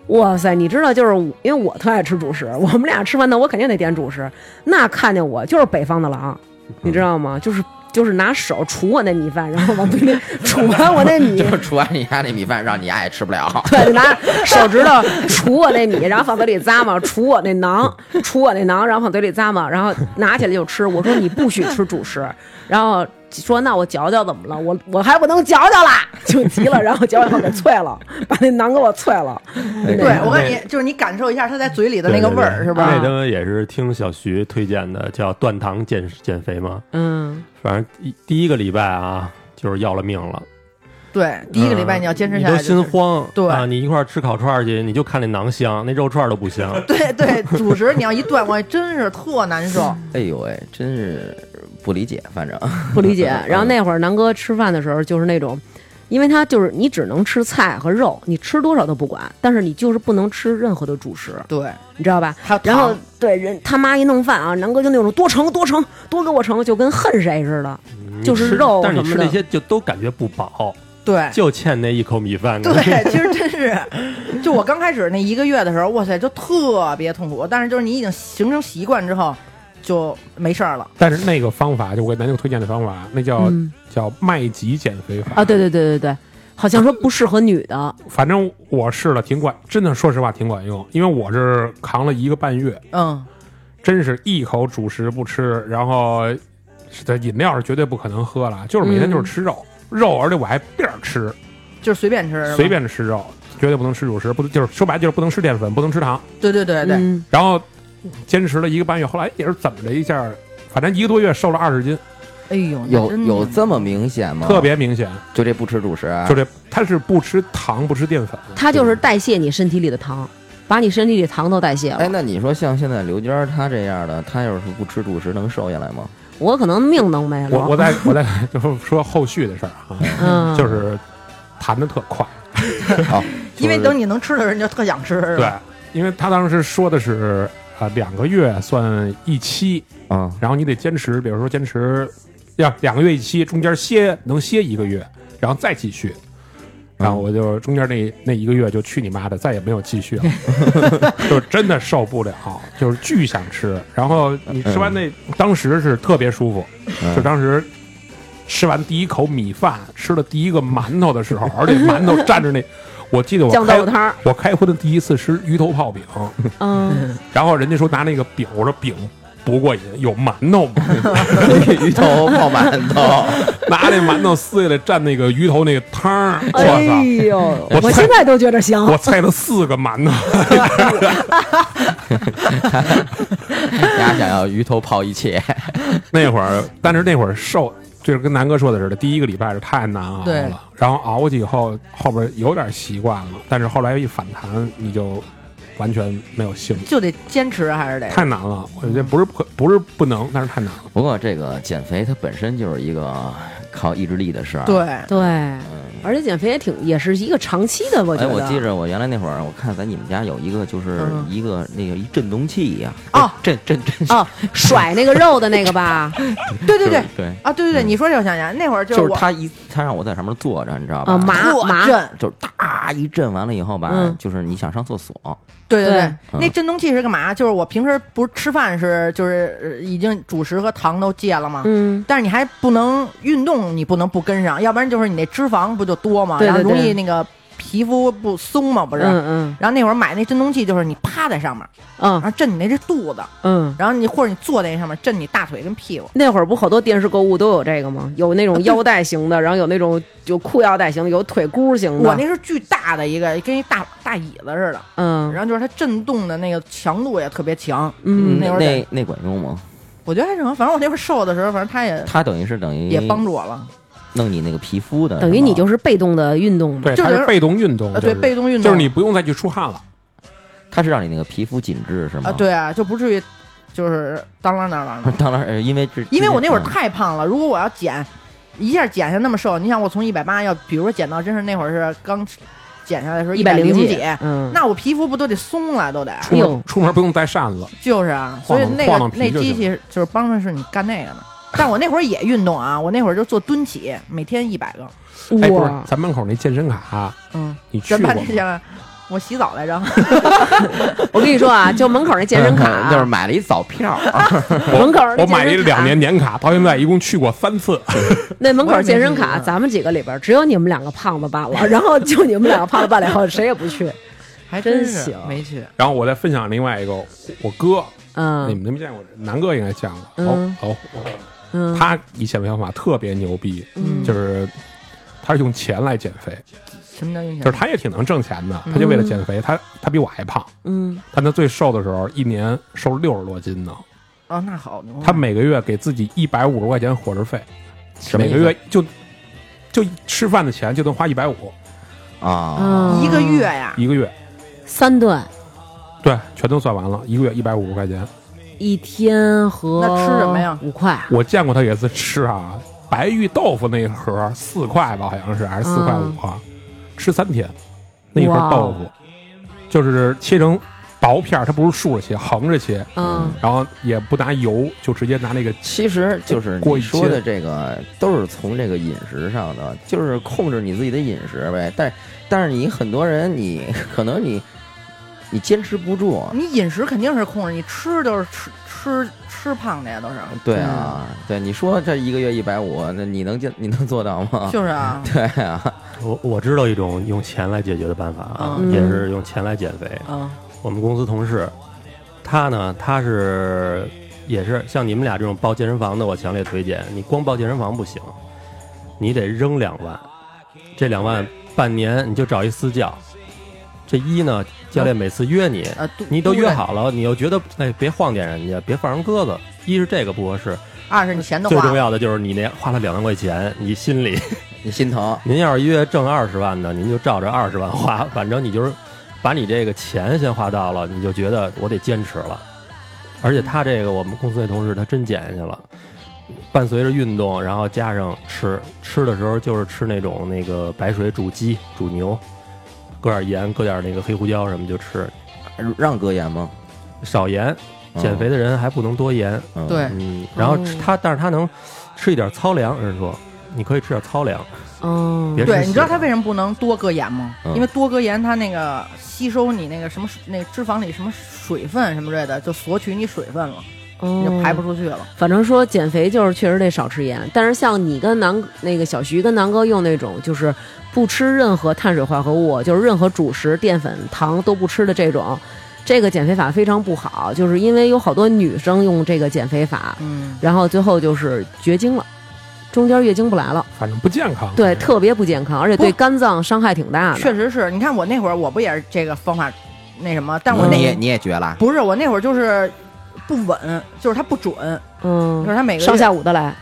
哇塞，你知道，就是我因为我特爱吃主食，我们俩吃完饭我肯定得点主食。那看见我就是北方的狼，你知道吗？就是就是拿手杵我那米饭，然后往嘴里 杵完我那米 就，是除完你家那米饭，让你爱也吃不了。对，就 拿手指头杵我那米，然后放嘴里咂嘛，杵我那馕，杵我那馕，然后放嘴里咂嘛，然后拿起来就吃。我说你不许吃主食，然后说那我嚼嚼怎么了？我我还不能嚼嚼啦，就急了，然后嚼嚼后给脆了，把那馕给我脆了。对对，我感觉就是你感受一下它在嘴里的那个味儿，是吧？那他们也是听小徐推荐的，叫断糖减减肥嘛。嗯，反正一第一个礼拜啊，就是要了命了。对，第一个礼拜你要坚持下嗯来你都就心是。慌。对啊，你一块儿吃烤串儿去，你就看那馕香，那肉串儿都 不香。对对，主食你要一断，我真是特难受。哎呦喂，真是不理解，反正啊不理解。然后那会儿南哥吃饭的时候就是那种，因为他就是你只能吃菜和肉，你吃多少都不管，但是你就是不能吃任何的主食，对，你知道吧？还有然后糖对人他妈一弄饭啊，南哥就那种多盛多盛多给我盛，就跟恨谁似的。你就是吃肉但是你什吃么的哎那些就都感觉不饱，对就欠那一口米饭。对，其实真是，就我刚开始那一个月的时候，哇塞，就特别痛苦。但是就是你已经形成习惯之后，就没事儿了。但是那个方法就我给南京推荐的方法，那叫嗯叫麦吉减肥法啊，对对对对对，好像说不适合女的，反正我试了，挺管，真的说实话挺管用，因为我是扛了一个半月，嗯，真是一口主食不吃，然后是的饮料是绝对不可能喝了，就是每天嗯就是吃肉，肉，而且我还边儿吃，就是随便吃，是吧随。便吃肉，绝对不能吃主食，不就是说白了就是不能吃淀粉，不能吃糖。对对对对，嗯，然后坚持了一个半月，后来也是怎么着一下，反正一个多月瘦了二十斤，哎呦，那有真的有这么明显啊吗？特别明显。就这不吃主食哎啊，就这，他是不吃糖，不吃淀粉，它就是代谢你身体里的糖，把你身体里的糖都代谢哎，了。那你说像现在刘娟儿她这样的，她要是不吃主食，能瘦下来吗？我可能命都没我我了。 在我在就是说后续的事儿啊，嗯，就是谈的特快。啊，因为就是等你能吃的时候，你就特想吃，是对吧？，因为他当时说的是啊、两个月算一期，啊，然后你得坚持，比如说坚持要两个月一期，中间歇能歇一个月，然后再继续。然后我就中间那那一个月就去你妈的，再也没有继续了，就真的受不了，就是巨想吃。然后你吃完那，当时是特别舒服，就嗯当时吃完第一口米饭，吃了第一个馒头的时候，而且馒头蘸着那，我记得我酱开豆腐汤儿我开荤的第一次吃鱼头泡饼，嗯，然后人家说拿那个饼，我说饼不过瘾，有馒 头吗？ 鱼头泡馒头， 拿那馒头撕下来蘸那个鱼头那个汤儿，我操！哎呦，我我现在都觉得香。我菜了四个馒头， 大家想要鱼头泡一切，那会儿，但是那会儿瘦，就是跟南哥说的似的，第一个礼拜是太难熬对了，然后熬过去以后，后边有点习惯了，但是后来一反弹，你就完全没有兴趣，就得坚持，还是得太难了。我觉得不是不不是不能，但是太难了。不过这个减肥它本身就是一个靠意志力的事儿。。对。对，而且减肥也挺，也是一个长期的，我觉哎，得。我记着我原来那会儿，我看咱你们家有一个，就是啊嗯一个那个一震动器一样，哦震震震，哦，甩那个肉的那个吧，对对对对啊，对对嗯对，你说这我想起来，那会儿就是我他一他让我在上面坐着，你知道吧？啊麻特麻震，就是哒一震完了以后吧，嗯就是你想上厕所，对对对对，嗯那震动器是干嘛？就是我平时不是吃饭是就是呃已经主食和糖都戒了吗？嗯，但是你还不能运动，你不能不跟上，要不然就是你那脂肪不就多吗？对对然后容对易那个皮肤不松嘛，不是？嗯然后那会儿买那震动器，就是你趴在上面，嗯然后震你那只肚子，嗯嗯。然后你或者你坐在那上面震你大腿跟屁股。那会儿不好多电视购物都有这个吗？有那种腰带型的，然后有那种有裤腰带型的，有腿箍型的。我那是巨大的一个，跟一大大椅子似的，嗯然后就是它震动的那个强度也特别强。嗯那会儿得那那管用吗？我觉得还行，啊反正我那会儿瘦的时候，反正它也它等于是等于也帮助我了。弄你那个皮肤的，等于你就是是被动的运动嘛。对，就是它是被动运动，嗯呃，就对，是被动运动就是你不用再去出汗了。吗它是让你那个皮肤紧致是吗？啊，，对啊，就不至于就是当啷当啷的。 当然呃因为这 因为我那会儿嗯太胖了，如果我要减，一下减下那么瘦，你想我从一百八要，比如说减到真是那会儿是刚减下来的时候一百百零几，嗯，那我皮肤不都得松了，都得哎出呦门出门不用带扇子，就是啊，晃所以荡那晃个荡皮那就机行器就是帮着是你干那个的。但我那会儿也运动啊，我那会儿就做蹲起，每天一百个。哎，不是哇，，咱门口那健身卡，嗯，你去咱过把吗那？些我洗澡来着，我跟你说啊，就门口那健身卡，嗯 啊就是买了一早 票，啊 门口那我买了一健身卡两年年卡，到现在一共去过三次。那门我也口没健身去卡，过咱们几个里边只有你们两个胖子办了，然后就你们两个胖子办了以后，谁也不去。还真是行没去。然后我再分享另外一个，我哥，你嗯们都没见过，南哥应该见过。嗯哦哦，嗯他以前的想法特别牛逼，嗯就是他是用钱来减肥，什么叫运就嗯动是？他也挺能挣钱的，他就为了减肥，他他比我还胖，嗯，但他最瘦的时候一年瘦六十多斤呢，哦，那好牛啊。他每个月给自己一百五十块钱伙食费，什么每意思个月就就吃饭的钱就能花一百五啊，嗯一个月呀，一个月，三顿，对，全都算完了，一个月一百五十块钱，一天和那吃什么呀五块。我见过他有一次吃啊，白玉豆腐那一盒四块吧，好像是还是四块五、啊，嗯吃三天，那一盒豆腐就是切成薄片儿，它不是竖着切，横着切，嗯，然后也不拿油，就直接拿那个其实就是过你一说千的这个都是从这个饮食上的，就是控制你自己的饮食呗。但但是你很多人你可能你你坚持不住，你饮食肯定是控制，你吃就是吃吃吃胖的呀，都是。对啊，嗯对你说这一个月一百五，那你能见你能做到吗？就是啊，对啊，我我知道一种用钱来解决的办法啊，嗯也是用钱来减肥。嗯，我们公司同事，他呢，他是也是像你们俩这种报健身房的，我强烈推荐。你光报健身房不行，你得扔两万，这两万半年你就找一私教。这一呢，教练每次约你，呃，都你都约好了，你又觉得哎，别晃点人家，别放人鸽子。一是这个不合适，啊二是你钱都最花重了，要的就是你那花了两万块钱，你心里你心疼，您要是一月挣二十万呢，您就照着二十万花，反正你就是把你这个钱先花到了，你就觉得我得坚持了。而且他这个我们公司那同事他真减下去了，伴随着运动，然后加上吃，吃的时候就是吃那种那个白水煮鸡、煮牛，搁点盐，搁点那个黑胡椒什么就吃，让哥演吗？少盐。嗯减肥的人还不能多盐，嗯对嗯，然后哦吃他，但是他能吃一点糙粮，人说你可以吃点糙粮，嗯别，吃对，你知道细他的为什么不能多搁盐吗？嗯因为多搁盐，它那个吸收你那个什么水那脂肪里什么水分什么之类的，就索取你水分了。你就哦排不出去了。嗯反正说减肥就是确实得少吃盐，但是像你跟南那个小徐跟南哥用那种就是不吃任何碳水化合物，就是任何主食、淀粉、糖都不吃的这种，这个减肥法非常不好，就是因为有好多女生用这个减肥法，嗯，然后最后就是绝经了，中间月经不来了，反正不健康。对，特别不健康，而且对肝脏伤害挺大的。确实是你看我那会儿，我不也是这个方法那什么，嗯但我你那也你也绝了，不是我那会儿就是不稳，就是它不准，嗯就是，它每个月上下午的来，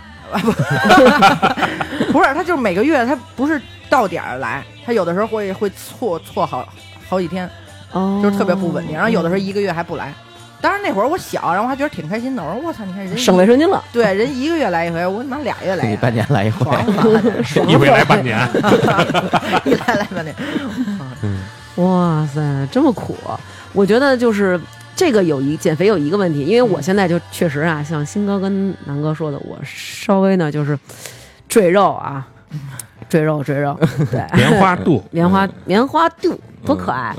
不是，他就是每个月他不是到点儿来，他有的时候会会错错好好几天，哦，就是特别不稳定。然后有的时候一个月还不来。当然那会儿我小，然后我还觉得挺开心的。我说我操，你看人一省卫生巾了，对人一个月来一回，我他妈俩月来你一半回，年来一回，爽了，啊爽一回来了。半年，一来来半年。哇塞，这么苦！我觉得就是这个有一减肥有一个问题，因为我现在就确实啊，像新哥跟南哥说的，我稍微呢就是赘肉啊，赘肉赘肉，对，。棉花肚棉花棉花肚多可爱。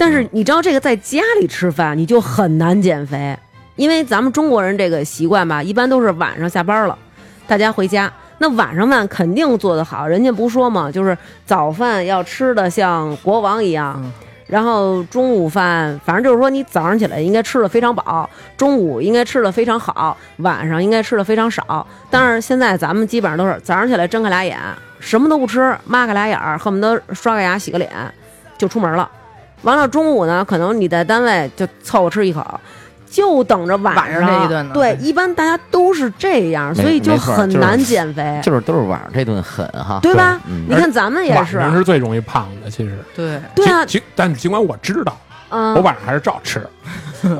但是你知道这个在家里吃饭你就很难减肥，因为咱们中国人这个习惯吧，一般都是晚上下班了，大家回家。那晚上饭肯定做得好，人家不说嘛，就是早饭要吃的像国王一样，嗯然后中午饭，反正就是说你早上起来应该吃的非常饱，中午应该吃的非常好，晚上应该吃的非常少。但是现在咱们基本上都是早上起来睁开俩眼，什么都不吃，抹个俩眼儿，恨不得刷个牙、洗个脸就出门了。完了中午呢，可能你在单位就凑合吃一口，就等着晚晚上这一顿呢对，一般大家都是这样，没所以就没错很就是难减肥，就是都是晚上这顿狠哈，对吧？嗯你看咱们 也晚是，上是最容易胖的，其实。对，对啊，尽尽但是尽管我知道，嗯、我晚上还是照吃。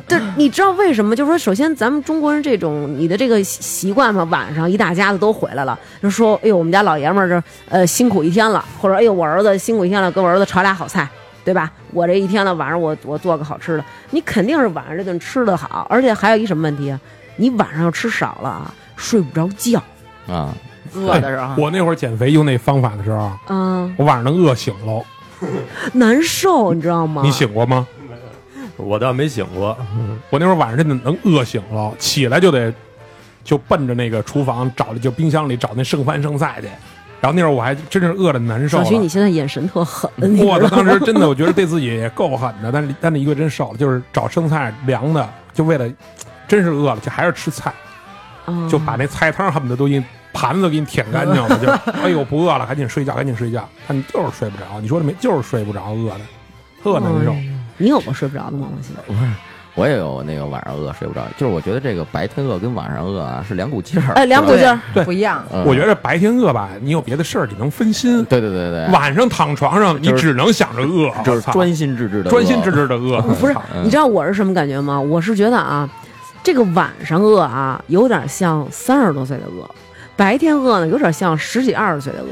对，你知道为什么？就是说，首先咱们中国人这种你的这个习习惯嘛，晚上一大家子都回来了，就说：“哎呦，我们家老爷们儿这呃辛苦一天了，或者哎呦，我儿子辛苦一天了，给我儿子炒俩好菜，对吧？我这一天了，晚上我我做个好吃的，你肯定是晚上这顿吃的好，而且还有一什么问题啊？你晚上要吃少了啊，睡不着觉，啊，饿的时候，我那会儿减肥用那方法的时候，嗯、我晚上能饿醒喽。难受，你知道吗？你醒过吗？我倒没醒过，我那会儿晚上真的能饿醒了，起来就得就奔着那个厨房找，就冰箱里找那剩饭剩菜去。然后那会儿我还真是饿的难受小了。徐，你现在眼神特狠，你我知道当吗时真的，我觉得对自己也够狠的，但是但是一个真瘦了，就是找剩菜凉的，就为了真是饿了，就还是吃菜，嗯就把那菜汤恨不得都给你盘子都给你舔干净了，就 哎呦不饿了，赶紧睡觉，赶紧睡觉。但你就是睡不着，你说的没，就是睡不着，饿的特难受哎。呀你有过睡不着的吗？王鑫我也有那个晚上饿睡不着，就是我觉得这个白天饿跟晚上饿啊是两股劲儿，哎，两股劲儿，呃对不一样。嗯我觉得白天饿吧，你有别的事儿，你能分心；对对对对，晚上躺床上，你哎就是只能想着饿，就是我操专心致志的专心致志的饿。不是我操，嗯你知道我是什么感觉吗？我是觉得啊，这个晚上饿啊，有点像三十多岁的饿，白天饿呢，有点像十几二十岁的饿。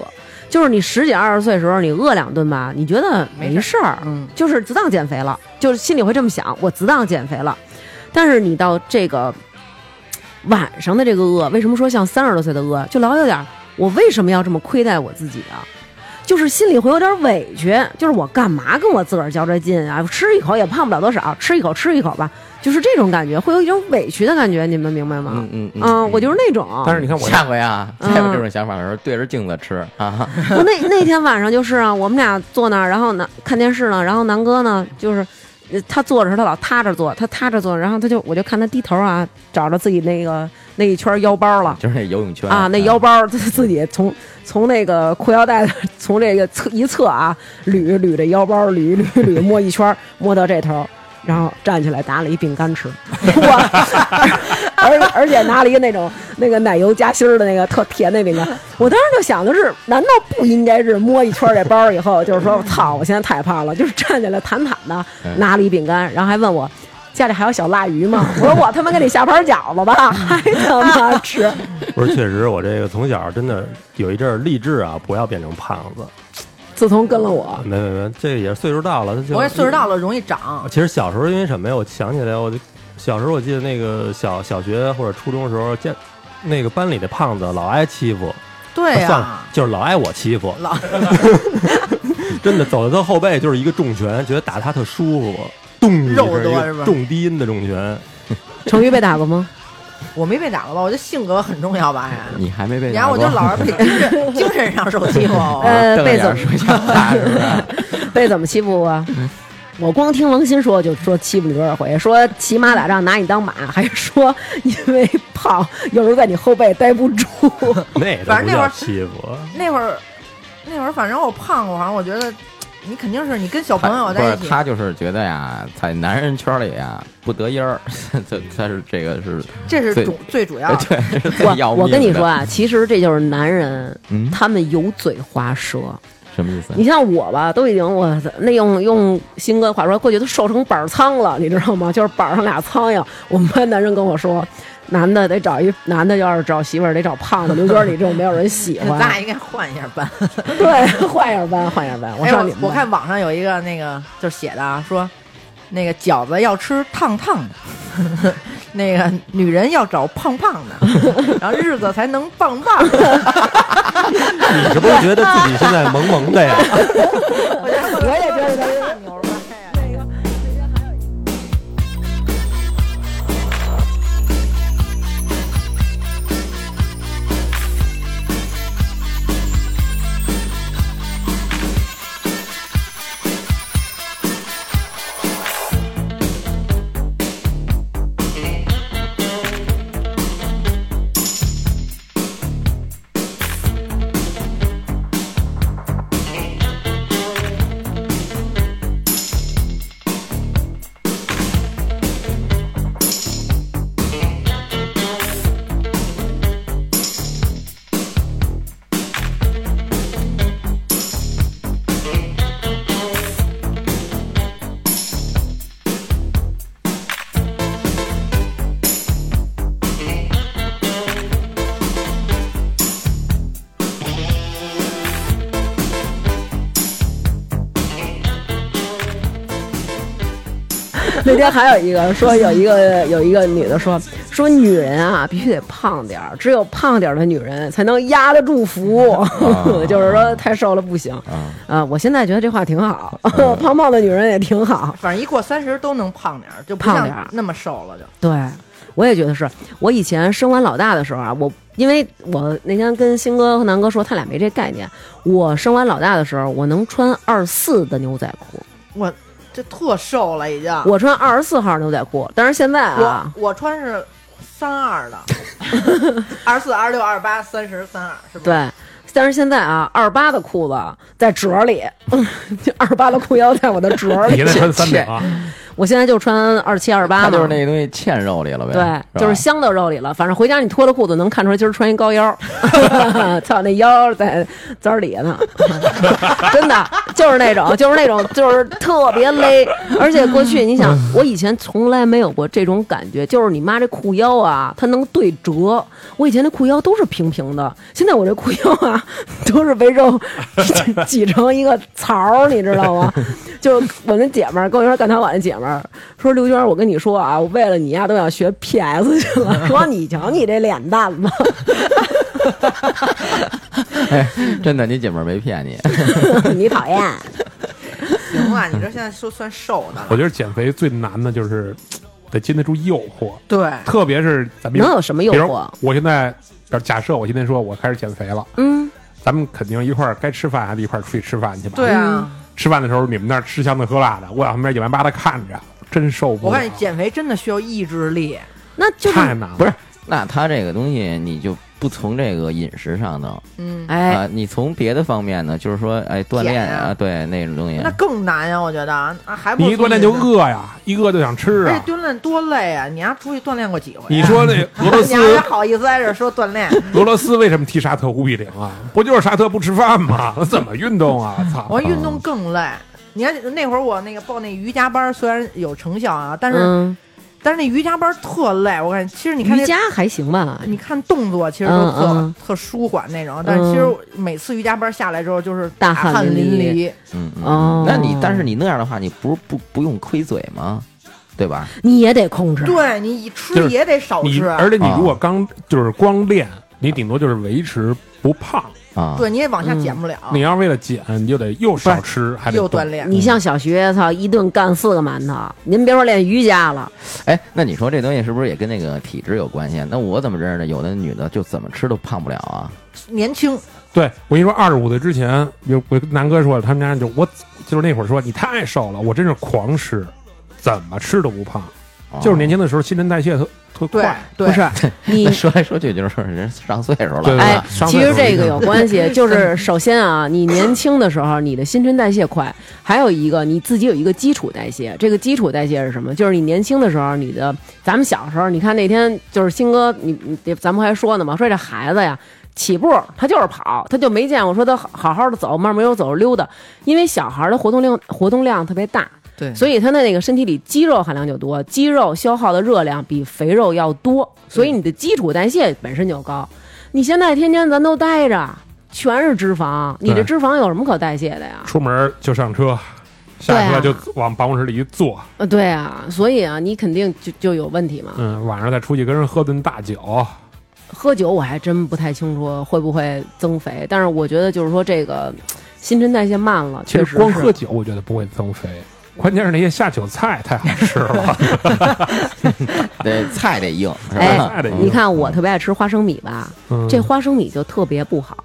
就是你十几二十岁的时候，你饿两顿吧，你觉得没事儿，嗯，就是自当减肥了，就是心里会这么想，我自当减肥了。但是你到这个晚上的这个饿，为什么说像三十多岁的饿，就老有点儿我为什么要这么亏待我自己啊？就是心里会有点委屈，就是我干嘛跟我自个儿较这劲啊？吃一口也胖不了多少，吃一口吃一口吧，就是这种感觉，会有一种委屈的感觉，你们明白吗嗯？嗯嗯啊我就是那种，但是你看我下回啊，嗯再有这种想法的时候，对着镜子吃啊，我 那那天晚上就是啊，我们俩坐那儿，然后呢看电视呢，然后南哥呢就是。呃他坐着时候，他老塌着坐，他塌着坐，然后他就我就看他低头啊，找着自己那个那一圈腰包了就是那游泳圈嗯啊，那腰包他自己从从那个裤腰带的从这个侧一侧啊捋捋这腰包，捋捋捋摸一圈，摸到这头，然后站起来拿了一饼干吃， 我而而且拿了一个那种那个奶油夹心儿的那个特甜那饼干，我当时就想的是，难道不应该是摸一圈这包儿以后，就是说，操，我现在太胖了，就是站起来坦坦的拿了一饼干，然后还问我。家里还有小腊鱼吗？我说我他妈给你下盘饺子吧， 还他妈吃。不是，确实我这个从小真的有一阵儿励志啊，不要变成胖子。啊自从跟了 我，没没没，这也是岁数到了，他就啊我也岁数大了，容易长。其实小时候因为什么呀？我想起来，我就小时候我记得那个小小学或者初中的时候，见那个班里的胖子老挨欺负，对啊算呀了，，就是老挨我欺负，老 真的走到他后背就是一个重拳，觉得打他特舒服，咚一肉声多一个是吧 重低音的重拳，成宇被打过吗？我没被打过吧？我觉得性格很重要吧？呀，你还没被然打后过，我就老是被 精神精神上受欺负。啊呃，啊瞪着被眼怎儿么说想打是不 是？被怎么欺负啊？我光听王鑫说就说欺负你多少回，说骑马打仗拿你当马，还说因为胖有时候在你后背待 不住。那也反正那会不叫儿欺负， 那会儿，那会儿反正我胖过，好像我觉得你肯定是你跟小朋友不在是一起，他就是觉得呀，在男人圈里啊不得烟儿， 他他是这个是这是主最主要的。对，是最要我命的我跟你说，啊，其实这就是男人，嗯，他们油嘴滑舌。什么意思？你像我吧，都已经我那用用新哥的话说，过去都瘦成板儿苍了，你知道吗？就是板儿上俩苍蝇。我们班男生跟我说，男的得找一男的，要是找媳妇儿得找胖的。刘娟，你这种没有人喜 咱俩欢。应该换一下班。对，换一下班，换一下班。我哎，上我你们我班。看网上有一个那个就是写的啊，说那个饺子要吃烫烫的， 那个女人要找胖胖的， 然后日子才能棒棒。你是不是觉得自己现在萌萌的呀？我觉得我也觉得他牛掰。那天还有一个说，有一个有一个女的说，说女人啊必须得胖点儿，只有胖点儿的女人才能压得住福， 就是说太瘦了不行。啊、我现在觉得这话挺好， 胖胖的女人也挺好。 反正一过三十都能胖点儿，就不胖像点儿那么瘦了就。对，我也觉得是。我以前生完老大的时候啊，我因为我那天跟新哥和南哥说，他俩没这概念。我生完老大的时候，我能穿二四的牛仔裤，我这特瘦了已经。我穿二十四号牛仔裤，但是现在啊我。我穿是三二的，二十四、二十六、二十八、三十、三二，是吧？，对，但是现在啊，二八的裤子在褶里， 二八的裤腰在我的褶你里现。在穿三秒啊，我现在就穿二七二八他就是嘛。那个东西嵌肉里了呗，对，吧 就是镶到肉里了。反正回家你脱了裤子能看出来，今儿穿一高腰， 操那腰在簪儿里呢， 真的就是那种，就是那种，就是特别勒。而且过去你想，我以前从来没有过这种感觉，就是你妈这裤腰啊，它能对折。我以前那裤腰都是平平的，现在我这裤腰啊，都是被肉挤成一个槽儿，你知道吗？就是我那姐们儿跟我一块儿干淘宝那姐们儿说：“刘娟儿，我跟你说啊，我为了你呀、都想学 PS 去了。说你瞧你这脸蛋子，哎， 真的，你姐们儿没骗你， 你讨厌。行了，你这现在说算瘦的我了。觉得减肥最难的就是得经得住诱惑，对，特别是咱们能有什么诱惑比如我现在假设我今天说我开始减肥了，嗯，咱们肯定一块儿该吃饭还得一块儿出去吃饭去吧？对啊，嗯吃饭的时候你们那儿吃香的喝辣的，我在旁边眼巴巴的看着，真受不我了。看减肥真的需要意志力。那就是太难了，不是？那他这个东西你就不从这个饮食上弄嗯，哎，啊，你从别的方面呢，就是说，哎，锻减炼啊啊，对那种东西那，更难呀，我觉得啊，还不你如一锻炼就饿呀，一饿就想吃出去，而啊。哎且锻炼多累啊！你丫出去锻炼过几回啊？你说那俄罗 斯你还好意思在这说锻 炼？俄罗斯为什么踢沙特五比零啊？ 不就是沙特不吃饭吗？ 怎么运动啊？操！我运动更累。你看那会儿我那个报那瑜伽班，虽然有成效啊，但是、嗯，但是那瑜伽班特累。我感觉其实你看瑜那伽还行吧？你看动作其实都特、嗯嗯特舒缓那种，但是其实嗯每次瑜伽班下来之后就是大汗汗淋漓。嗯嗯哦嗯，那你但是你那样的话，你不是不不用亏嘴吗？对吧？你也得控制。对你一吃就是也得少你吃，啊而且你如果刚就是光练，你顶多就是维持不胖，啊，对，你也往下减不了。嗯你嗯要是为了减，你就得又少吃，还啊得又动锻。炼，你像小学，操，一顿干四个馒头，您别说练瑜伽了，哎，那你说这东西是不是也跟那个体质有关系？啊那我怎么认识的？有的女的就怎么吃都胖不了啊。年轻，对我跟你说，二十五岁之前，有我跟南哥说，他们家就我就是那会儿说你太瘦了，我真是狂吃，怎么吃都不胖，啊就是年轻的时候新陈代谢特特对快。哦对，是你那说来说去就是人上岁数了，对哎吧，上其厕实所这就个是有关 系，就是首先啊，你年轻的时候，你的新陈代谢快，还有一个你自己有一个基础代谢。这个基础代谢是什么？就是你年轻的时候，你的咱们小时候，你看那天就是新哥，你你咱们还说呢嘛，说这孩子呀。起步他就是跑，他就没见过说他好好好的走，慢慢悠悠走着溜达，因为小孩的活动量活动量特别大，对，所以他的那个身体里肌肉含量就多，肌肉消耗的热量比肥肉要多，所以你的基础代谢本身就高。你现在天天咱都待着，全是脂肪，你这对脂肪有什么可代谢的呀？出门就上车，对下啊车就往办公室里一坐，呃，对啊，所以啊，你肯定就就有问题嘛。嗯，晚上再出去跟人喝顿大酒，喝酒我还真不太清楚会不会增肥，但是我觉得就是说这个新陈代谢慢了，其确实实光是喝酒我觉得不会增肥，关键是那些下酒菜太好吃了。得菜得硬，是吧？嗯哎菜得硬你看我特别爱吃花生米吧，嗯这花生米就特别不好。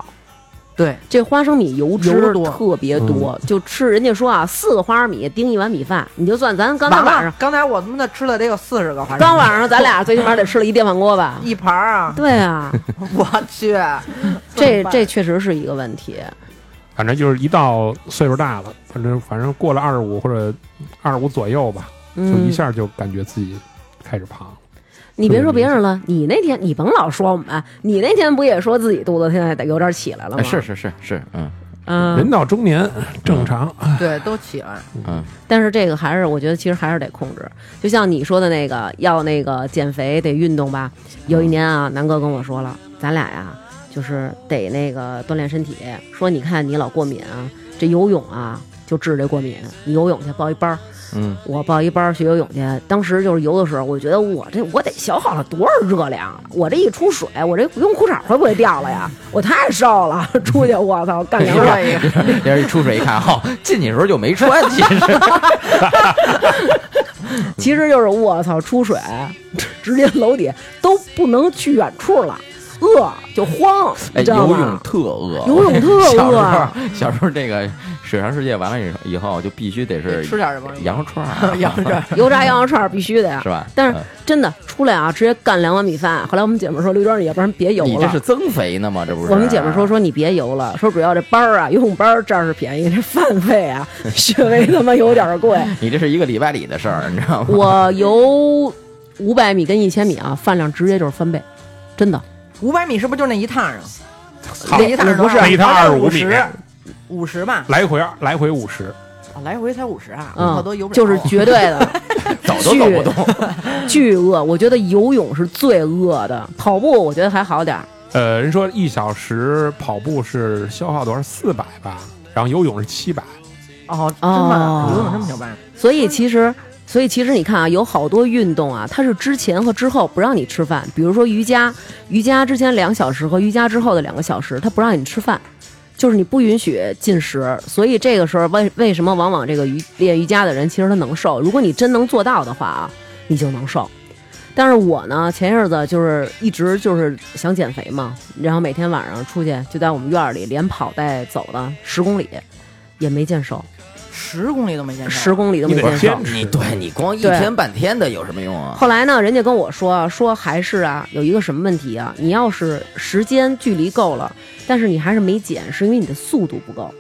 对这花生米油脂油多特别多，就吃人家说啊，四个花生米盯一碗米饭，你就算咱刚才完晚了上，，刚才我他妈的吃了得有四十个，反正？刚晚上咱俩最起码得吃了一电饭锅吧 一盘儿 啊，对啊，我去，哎这怎么办这确实是一个问题。反正就是一到岁数大了，反正反正过了二十五或者二十五左右吧，就一嗯，下就感觉自己开始胖了。你别说别人了，你那天你甭老说我们，啊你那天不也说自己肚子现在得有点起来了吗？哎是，是是是，嗯人嗯，到中年正常，对，都起来，嗯，但是这个还是我觉得其实还是得控制，就像你说的那个要那个减肥得运动吧。有一年啊，南哥跟我说了，咱俩呀、就是得那个锻炼身体。说你看你老过敏啊，这游泳啊就治这过敏，你游泳去报一班儿，嗯，我报一班儿学游泳去。当时就是游的时候，我觉得我这我得消耗了多少热量啊，我这一出水，我这游泳裤衩会不会掉了呀？我太瘦了， 出去我操干凉说水。一个，要是一出水一看，哦，进去的时候就没穿，其实其嗯实就是我操，出水直接楼底都不能去远处了，饿就慌，哎你知道游泳吗？特饿，游泳特小时饿，候小时候这个水上世界完了以后以后就必须得是吃点儿吧羊肉串儿，羊肉串油 炸羊肉串儿必须的呀 是。吧？但是嗯真的出来啊，直接干两碗米饭。后来我们姐们说，刘娟，你要不然别游你这是了。增肥呢吗？这不是？啊我们姐们说说你别游了，说主要这班儿啊，游泳班儿这儿是便宜，这饭费啊，稍微他妈有点儿 贵。你这是一个礼拜里的事儿，你知道吗？我游五百米跟一千米啊，饭量直接就是翻倍，真的。五百米是不是就那一趟啊？操那一趟不是那一趟二十五五米，十，五十吧，来回来回五十，啊来回才五十啊，嗯，好多游不了就是绝对 的，走都走不动。巨饿。我觉得游泳是最饿的，跑步我觉得还好点儿。呃，人说一小时跑步是消耗多少？四百吧，然后游泳是七百。哦，真慢，哦游泳这么牛掰，所以其实，所以其实你看啊，有好多运动啊，它是之前和之后不让你吃饭，比如说瑜伽，瑜伽之前两小时和瑜伽之后的两个小时，它不让你吃饭。就是你不允许进食，所以这个时候为为什么往往这个瑜练瑜伽的人其实他能瘦？如果你真能做到的话啊，你就能瘦。但是我呢，前日子就是一直就是想减肥嘛，然后每天晚上出去就在我们院儿里连跑带走了十公里，也没见瘦，十公里都没见着，十公里都没你得见瘦坚。你对你光一对天半天的有什么用啊？后来呢，人家跟我说说还是啊，有一个什么问题啊？你要是时间距离够了，但是你还是没减，是因为你的速度不够。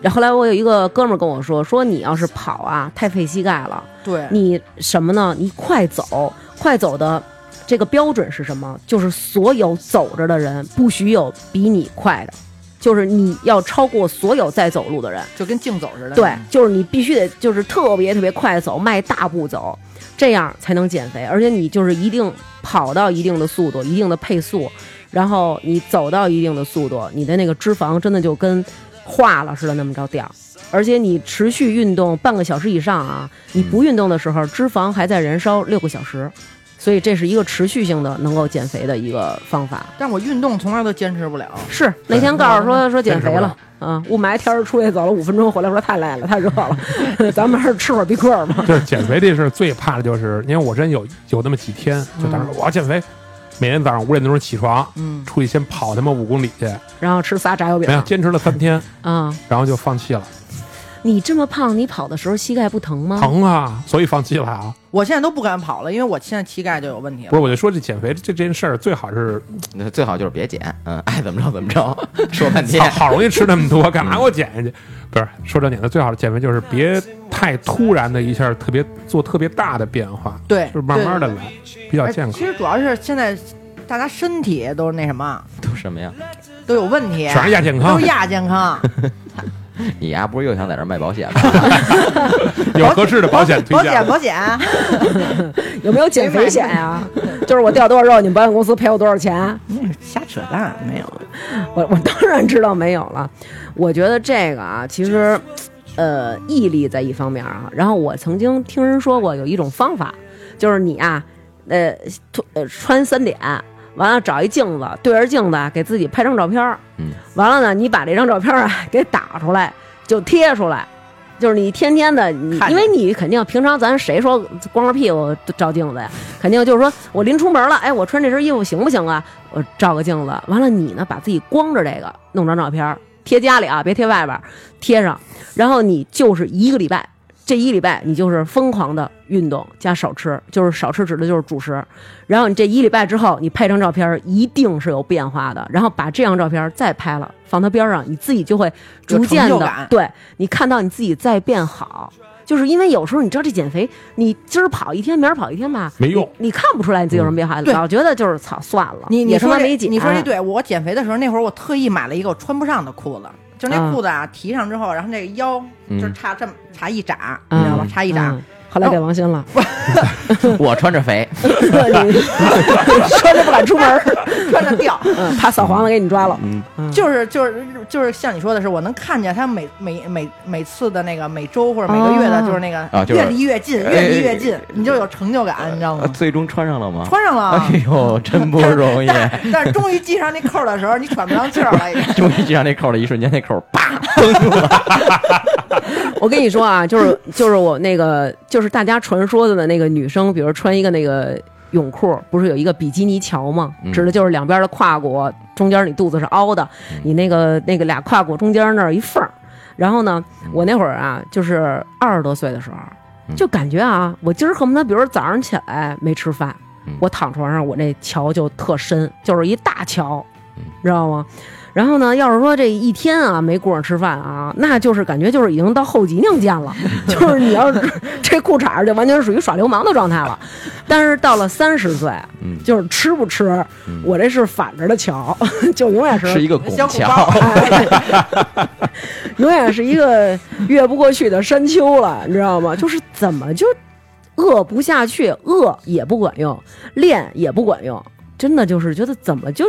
然后后来我有一个哥们儿跟我说，说你要是跑啊，太费膝盖了。对，你什么呢？你快走，快走的这个标准是什么？就是所有走着的人不许有比你快的，就是你要超过所有在走路的人。就跟竞走似的，嗯对，就是你必须得就是特别特别快走，迈大步走，这样才能减肥。而且你就是一定跑到一定的速度，一定的配速，然后你走到一定的速度，你的那个脂肪真的就跟化了似的那么着掉。而且你持续运动半个小时以上啊，你不运动的时候，脂肪还在燃烧六个小时，所以这是一个持续性的能够减肥的一个方法。但我运动从来都坚持不了。是那天告诉说说减肥坚持不了了啊，雾霾天儿出去走了五分钟，回来说太累了，太热了， 咱们还是吃会儿冰棍儿吧。 就是减肥这事儿最怕的就是，因为我真有有那么几天，就当时我要减肥，每天早上五点钟起床，嗯，出去先跑他妈五公里去，然后吃仨炸油饼没有坚持了三天，啊！然后就放弃了，你这么胖，你跑的时候膝盖不疼嗯吗？疼啊，所以放弃了啊。我现在都不敢跑了，因为我现在膝盖就有问题不了。是，我就说这减肥这这件事儿最好是那最好就是别减，嗯，爱怎么着怎么着，说半天好好容易吃那么多，干嘛给我减下去？嗯不是，说正经的，最好的减肥就是别太突然的一下儿特别做特别大的变化，对就是慢慢的来，比较哎健康其。实主要是现在大家身体都是那什么，都什么呀？都有问题，全是亚健都康是，亚健 康。你呀，不是又想在这儿卖保险吗？ 有合适的保险推保荐险，吗。保险，有没有减肥险呀、就是我掉多少肉，你们保险公司赔我多少钱？啊瞎扯淡，没有。 我我当然知道没有了。我觉得这个啊，其实，呃，毅力在一方面啊。然后我曾经听人说过有一种方法，就是你啊，呃，突呃穿三点，完了找一镜子，对着镜子啊给自己拍张照片儿，嗯完了呢，你把这张照片儿啊给打出来，就贴出来。就是你天天的，你看因着为你肯定平常咱谁说光着屁股照镜子呀？肯定就是说我临出门了，哎，我穿这身衣服行不行啊？我照个镜子，完了你呢，把自己光着这个弄张照片儿贴家里啊，别贴外边儿，贴上，然后你就是一个礼拜。这一礼拜你就是疯狂的运动加少吃，就是少吃指的就是主食。然后你这一礼拜之后，你拍张照片儿一定是有变化的。然后把这张照片儿再拍了，放它边儿上，你自己就会逐渐有成就的感对你看到你自己在变好。就是因为有时候你知道这减肥，你今儿跑一天，明儿跑一天吧，没用你，你看不出来你自己有什么变化。对老觉得就是操算了，你也你他说妈这啊没减。嗯你说这对我减肥的时候，那会儿我特意买了一个我穿不上的裤子，就是那嗯裤子啊提上之后，然后那个腰就是差这么差一拃，你知道吧？差一拃嗯。后来给王鑫 了，我穿着肥，你说这不敢出门 儿，穿着掉，嗯，怕扫黄的给你抓了。就是就是就是像你说的是，我能看见他每每每每次的那个每周或者每个月的，哦就是那个啊就是越离越近，哎越离越近，你就有成就感，你知道吗？啊最终穿上了吗？穿上了哎，呦，真不 容易。但是但是终于系上那扣儿的时候，你喘不上气 儿了已经。终于系上那扣儿的一瞬间，那扣儿啪崩了。我跟你说啊，就是就是我那个就是大家传说的那个女生，比如穿一个那个泳裤，不是有一个比基尼桥吗？嗯指的就是两边的胯骨中间你肚子是凹的，你那个那个俩胯骨中间那儿一缝儿。然后呢，我那会儿啊，就是二十多岁的时候，嗯就感觉啊，我今儿恨不得，比如说早上起来没吃饭嗯，我躺床上，我那桥就特深，就是一大桥嗯，知道吗？然后呢，要是说这一天啊没顾上吃饭啊，那就是感觉就是已经到后脊梁间了， 就是你要是 这裤衩儿就完全属于耍流氓的状态了。但是到了三十岁，嗯就是吃不吃，我这是反着的桥， 就永远是是一个拱小鼓桥包， 永远是一个越不过去的山丘了，你知道吗？就是怎么就饿不下去，饿也不管用，练也不管用，真的就是觉得怎么就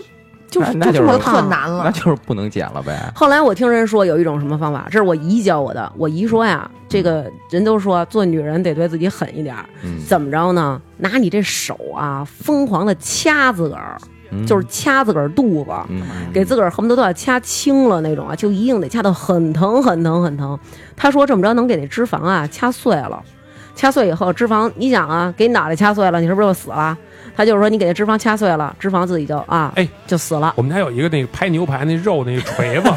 就是那那就是这么我特胖难了那就是不能减了呗。后来我听人说有一种什么方法，这是我姨教我的。我姨说呀，这个人都说做女人得对自己狠一点儿，嗯怎么着呢？拿你这手啊，疯狂的掐自个儿，嗯就是掐自个儿肚子，嗯，给自个儿恨不得都要掐青了那种啊，就一定得掐到很疼很疼很疼。他说这么着能给那脂肪啊掐碎了，掐碎以后脂肪，你想啊，给你脑袋掐碎了，你是不是就死了？他就是说你给那脂肪掐碎了，脂肪自己就啊，哎，就死了。我们家有一个那个拍牛排那肉那锤子，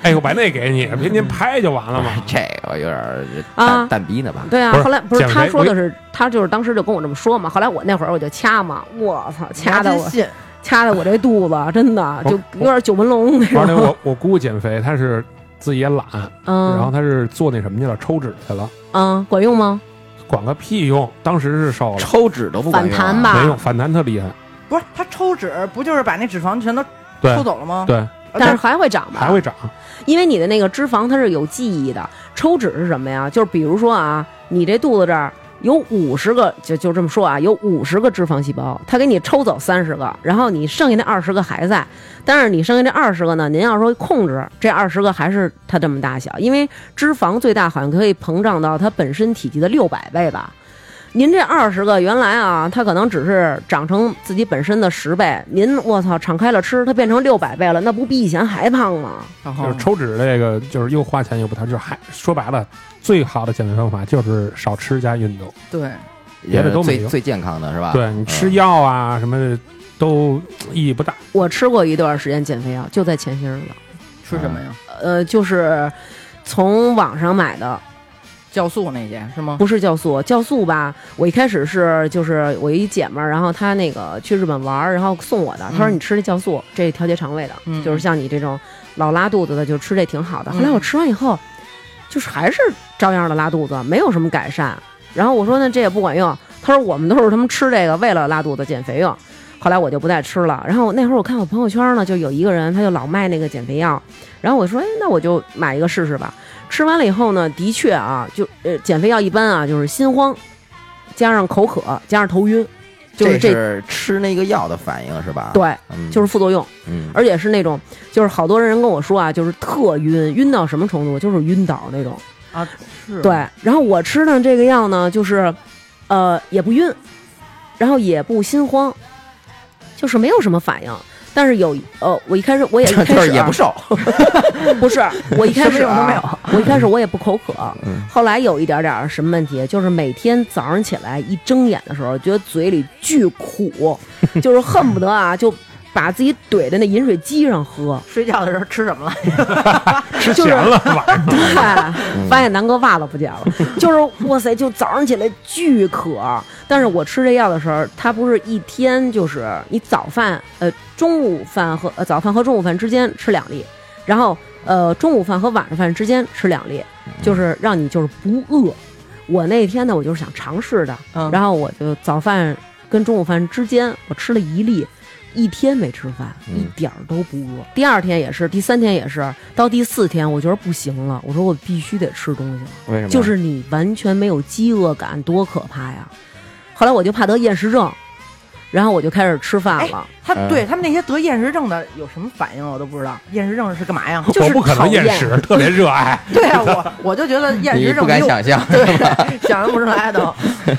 哎，我把那给你，别您拍就完了嘛。哎这个有点儿啊蛋蛋逼呢吧？对啊不，是后来不是减肥他说的我是，他就是当时就跟我这么说嘛。后来我那会儿我就掐嘛，我操，掐的真我信，掐的我这肚子真的我就有点九纹龙那完了，种。我我姑姑减肥，她是自己也懒，嗯，然后她是做那什么去了，抽脂去了，嗯，管用吗？管个屁用！当时是瘦了，抽脂都不管用啊反弹吧没用，反弹特厉害。不是他抽脂，不就是把那脂肪全都对抽走了吗？对，而但且是还会长吧？还会长。因为你的那个脂肪它是有记忆的。抽脂是什么呀？就是比如说啊，你这肚子这儿有五十个，就就这么说啊，有五十个脂肪细胞，它给你抽走三十个，然后你剩下那二十个还在。但是你剩下这二十个呢，您要说控制这二十个还是它这么大小，因为脂肪最大好像可以膨胀到它本身体积的六百倍吧。您这二十个原来啊，它可能只是长成自己本身的十倍，您我操，敞开了吃，它变成六百倍了，那不比以前还胖吗？然就后是抽脂这个，就是又花钱又不疼，就是还说白了，最好的减肥方法就是少吃加运动。对，别的都没最有最健康的是吧？对你吃嗯药啊什么的都意义不大。我吃过一段时间减肥药，就在前些日子，吃什么呀？呃，就是从网上买的，酵素那些是吗？不是酵素，酵素吧，我一开始是就是我一姐们儿，然后她那个去日本玩儿，然后送我的，她说嗯你吃这酵素，这调节肠胃的，嗯就是像你这种老拉肚子的，就吃这挺好的。嗯后来我吃完以后，就是还是照样的拉肚子，没有什么改善。然后我说那这也不管用，她说我们都是他们吃这个为了拉肚子减肥用。后来我就不再吃了。然后那会儿我看我朋友圈呢，就有一个人他就老卖那个减肥药，然后我说，哎，那我就买一个试试吧。吃完了以后呢，的确啊，就呃，减肥药一般啊，就是心慌，加上口渴，加上头晕，就是这是吃那个药的反应是吧？，对，就是副作用，嗯，而且是那种，就是好多人跟我说啊，就是特晕，晕到什么程度，就是晕倒那种。啊，是对，然后我吃的这个药呢，就是，呃，也不晕，然后也不心慌，就是没有什么反应。但是有呃，我一开始我也一 就开始就是也啊不瘦， 不是，我一开始、啊、什么用都 没有，我一开始我也不口渴，嗯后来有一点点儿什么问题，就是每天早上起来一睁眼的时候，觉得嘴里巨苦， 就是恨不得啊就。把自己怼在那饮水机上喝，睡觉的时候吃什么了？吃就咸是了晚上，对，嗯发现南哥袜子不见 了，就是哇塞，就早上起来巨渴。但是我吃这药的时候，它不是一天就是你早饭呃中午饭和呃早饭和中午饭之间吃两粒，然后呃中午饭和晚上饭之间吃两粒，就是让你就是不饿。我那天呢，我就是想尝试的，嗯然后我就早饭跟中午饭之间我吃了一粒，一天没吃饭，嗯一点儿都不饿。第二天也是，第三天也是，到第四天我觉得不行了，我说我必须得吃东西了。为什么？就是你完全没有饥饿感，多可怕呀！后来我就怕得厌食症，然后我就开始吃哎饭了。他嗯对他们那些得厌食症的有什么反应，我都不知道。厌食症是干嘛呀？就是我不可能厌食，特别热爱。对啊，我我就觉得厌你食症不敢又想象， 对，想象不出来都，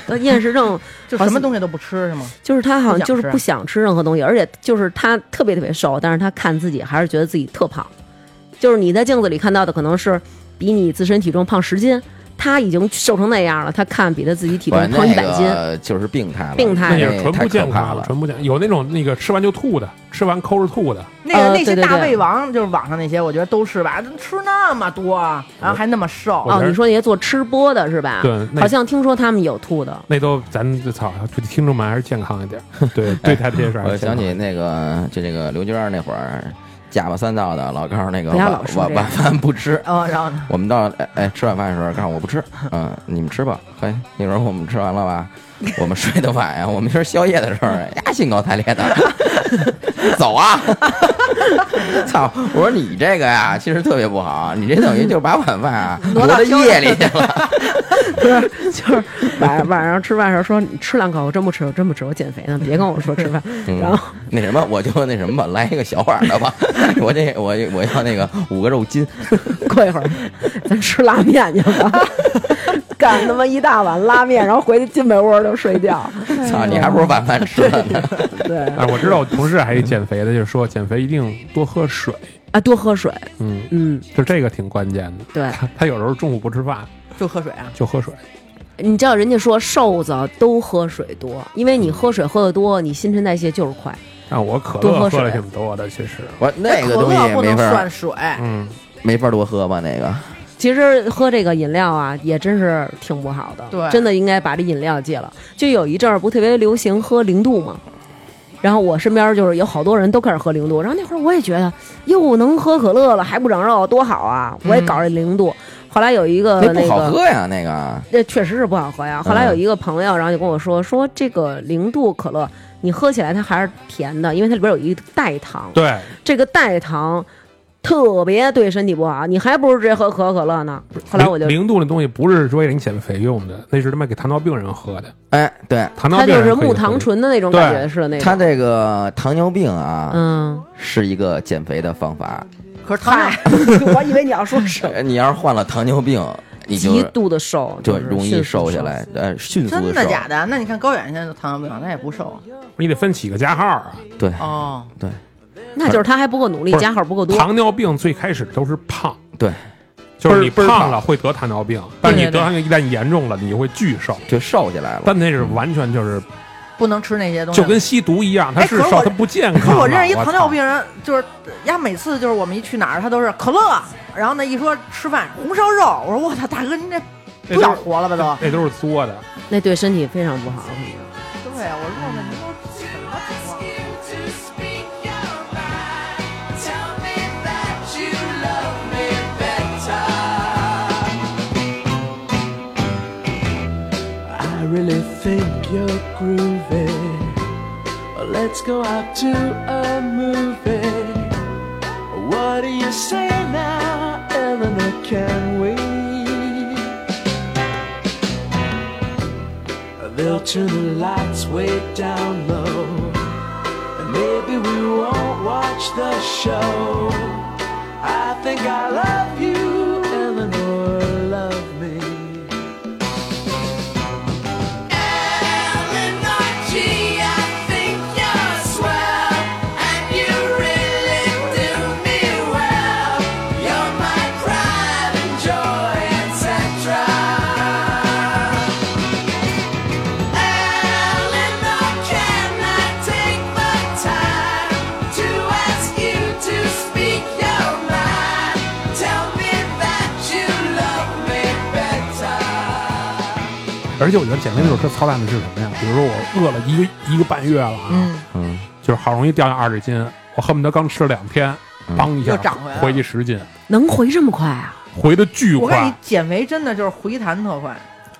呃厌食 症就好什像么东西都不吃是吗？就是他好不像想就是吃不想吃任何东西，而且就是他特别特别瘦，但是他看自己还是觉得自己特胖，就是你在镜子里看到的可能是比你自身体重胖十斤，他已经瘦成那样了，他看比他自己体重我胖一百斤，哦那个就是病态了，病态那哎也那是纯太可不健怕康了，纯不健。有那种那个吃完就吐的，吃完抠着吐的，那个呃那些对对大对胃王就是网上那些，我觉得都是吧，吃那么多，啊然后还那么瘦我觉哦，得你说那些做吃播的是吧？对那啊好像听说他们有吐的。那都咱这操，就听众们还是健康一点。 对，对待这些事儿还我是健想康。起那个，就这个刘娟儿那会儿，假巴三道的，老告诉那个不要晚老说晚这个晚饭不吃。啊，然后呢我们到哎哎吃晚饭的时候，告诉我不吃，嗯、你们吃吧。嘿，一会儿我们吃完了吧，我们睡得晚呀，我们今儿宵夜的时候呀，兴高采烈的， 走啊！ 操！我说你这个呀，其实特别不好，你这等于就把晚饭啊挪到夜里去了。就是晚晚上吃饭的时候说你吃两口，我真不吃，我真不吃，我减肥呢，别跟我说吃饭。嗯然后 那什么，我就那什么吧，来一个小碗的吧，我这我我要那个五个肉筋。过一会儿咱吃拉面去吧， 干他妈一大碗拉面，然后回去进被窝就睡觉。操，你还不如晚饭吃了呢。对哎，我知道我同事还有减肥的，就是说减肥一定多喝水，啊，多喝水，嗯，嗯，就这个挺关键的。对。他他有时候中午不吃饭就喝水啊，就喝水，你知道人家说瘦子都喝水多，因为你喝水喝的多，你新陈代谢就是快。但我可多乐喝喝水了挺多的，其实，我那个可东乐西哎不没能法算儿水，嗯，没法儿多喝吧？那个其实喝这个饮料啊，也真是挺不好的。对真的应该把这饮料戒了。就有一阵儿不特别流行喝零度嘛，然后我身边就是有好多人都开始喝零度，然后那会儿我也觉得，哟，能喝可乐了还不长肉，多好啊！我也搞这零度。后来有一个那呃那不好个。喝嗯呀，那个这确实是不好喝呀。后来有一个朋友，然后就跟我说，说这个零度可乐，你喝起来它还是甜的，因为它里边有一个代糖。对，这个代糖特别对身体不好，你还不如直接喝可口可乐呢。后来我就零零度那东西不是为了你减肥用的，那是他妈给糖尿病人喝的，哎，对糖尿它病就人是可以木喝糖这个醇的那种感觉似的那他种。这个糖尿病啊，嗯， 是一个减肥的方法。可是糖尿我以为你要说是呃你要是患了糖尿病， 你就极度的瘦，对就是容易迅速瘦下来，呃，迅速真的的瘦，假的？那你看高远现在就糖尿病，他也不瘦你得分几个加号啊。对哦，对那就是他还不够努力不，是加号不够多。糖尿病最开始都是胖，对，就是你倍儿胖胖了会得糖尿病，但是你对对嗯得糖尿病一旦严重了，你会巨瘦。就瘦下来了。但那是完全就是不能吃那些东西。就跟吸毒一样，它嗯哎是可是瘦，我它不健可康。啊我认识一我操糖尿病人，就是呀，每次就是我们一去哪儿，他都是可乐，然后呢一说吃饭红烧肉，我说我操，大哥您这那不想都是活了吧都？那都是作的。那对身体非常不好。对，我说问您都是什么情况？ I really think you're groovy. Well, Let's go out to a movie. What do you say now, Eleanor? Can we? They'll turn the lights way down low. And maybe we won't watch the show. I think I love you, Eleanor. Love me. Tell me that you love me better. 而且我觉得减肥这首歌操蛋的是什么呀？比如说我饿了一个一个半月了啊，嗯嗯，就是好容易掉下二十斤，我恨不得刚吃了两天，嗯当一下又长回来了去十斤，能回这么快啊？回的巨我看你快。减肥真的就是回弹特快，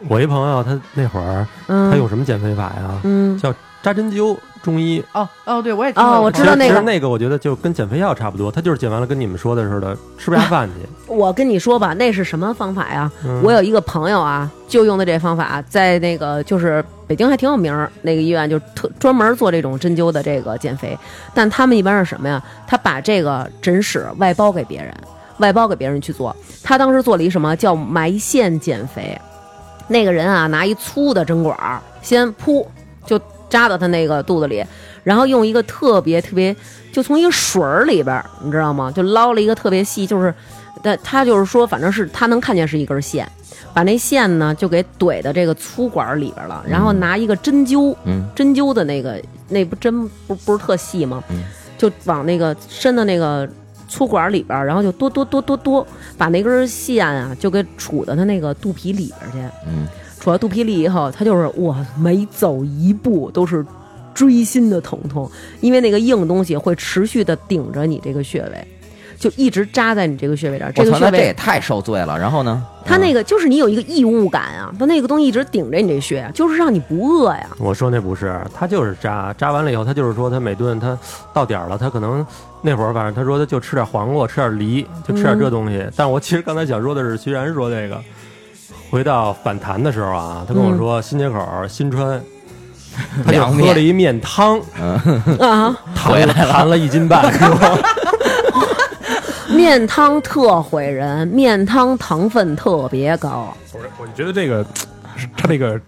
我一朋友他那会儿嗯，他有什么减肥法呀？嗯叫扎针灸，中医。哦哦，对我也哦我知知其道道实那其个实那个我觉得就跟减肥药差不多，他就是减完了跟你们说的似的，吃不下饭 去。我跟你说吧，那是什么方法呀？嗯我有一个朋友啊，就用的这方法，在那个就是北京还挺有名儿，那个医院就特专门做这种针灸的这个减肥。但他们一般是什么呀？他把这个诊室外包给别人，外包给别人去做。他当时做了一什么叫埋线减肥？那个人啊，拿一粗的针管儿，先噗就扎到他那个肚子里，然后用一个特别特别，就从一个水儿里边儿，你知道吗？就捞了一个特别细，就是，但他就是说，反正是他能看见是一根线，把那线呢就给怼到这个粗管儿里边儿了，然后拿一个针灸，嗯针灸的那个那不针不不是特细吗？嗯就往那个伸到那个粗管儿里边儿，然后就哆哆哆哆哆，把那根线啊就给杵到他那个肚皮里边儿去。嗯，杵到肚皮里以后，他就是哇，每走一步都是锥心的疼痛，因为那个硬东西会持续的顶着你这个穴位，就一直扎在你这个穴位上。我个操，穴那这嗯也位，太受罪了。然后呢？它那个个就是你有一个异物感啊，它那个东西一直顶着你这穴啊，就是让你不饿呀。我说那不是，他就是扎，扎完了以后，他就是说他每顿他到点儿了，他可能那会儿反正他说他就吃点黄瓜，吃点梨，就吃点嗯这东西。但我其实刚才想说的是，徐然说这个，回到反弹的时候啊，他跟嗯我说新街口新川，他就凉喝了嗯面一面汤，嗯啊，弹了弹了一 斤半，是吧？面汤特毁人，面汤糖分特别高。我我觉得这个是它这个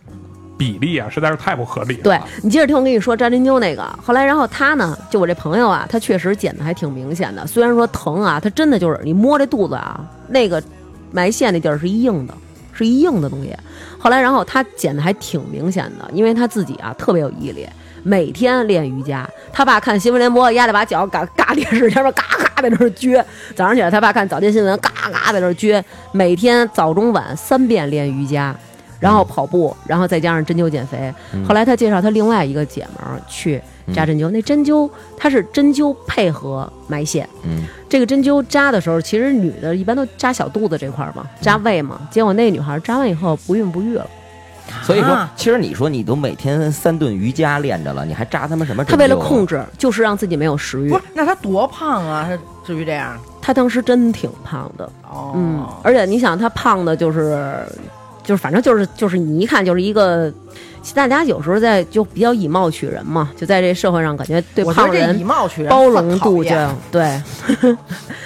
比例啊，实在是太不合理了。对你接着听我跟你说扎针灸那个，后来然后他呢，就我这朋友啊，他确实减的还挺明显的，虽然说疼啊，他真的就是你摸这肚子啊，那个埋线那地儿是一硬的，是一硬的东西。后来然后他减的还挺明显的，因为他自己啊特别有毅力。每天练瑜伽，他爸看新闻联播，压着把脚嘎嘎电视前面嘎嘎在那儿撅。早上起来，他爸看早间新闻，嘎嘎在那儿撅。每天早中晚三遍练瑜伽，然后跑步，然后再加上针灸减肥。后来他介绍他另外一个姐们儿去扎针灸，那针灸它是针灸配合埋线。嗯，这个针灸扎的时候，其实女的一般都扎小肚子这块儿嘛，扎胃嘛。结果那女孩扎完以后不孕不育了，所以说啊，其实你说你都每天三顿瑜伽练着了，你还扎他妈什么针灸她啊？为了控制，就是让自己没有食欲不。是，那他多胖啊？他至于这样？她当时真挺胖的，哦，嗯，而且你想，她胖的就是，就是反正就是就是你一看就是一个大家有时候在就比较以貌取人嘛，就在这社会上感觉对我觉胖得这以人貌取人，包容度特讨厌就对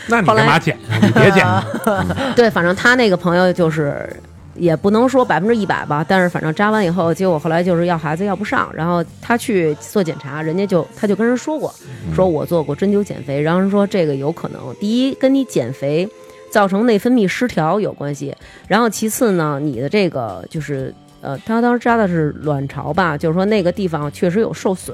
那你后来干嘛减呀？你 别减了， 对，反正他那个朋友就是也不能说百分之一百吧，但是反正扎完以后，结果后来就是要孩子要不上，然后他去做检查，人家就他就跟人说过，说我做过针灸减肥，然后人说这个有可能，第一跟你减肥。造成内分泌失调有关系，然后其次呢，你的这个就是呃，他当时扎的是卵巢吧，就是说那个地方确实有受损，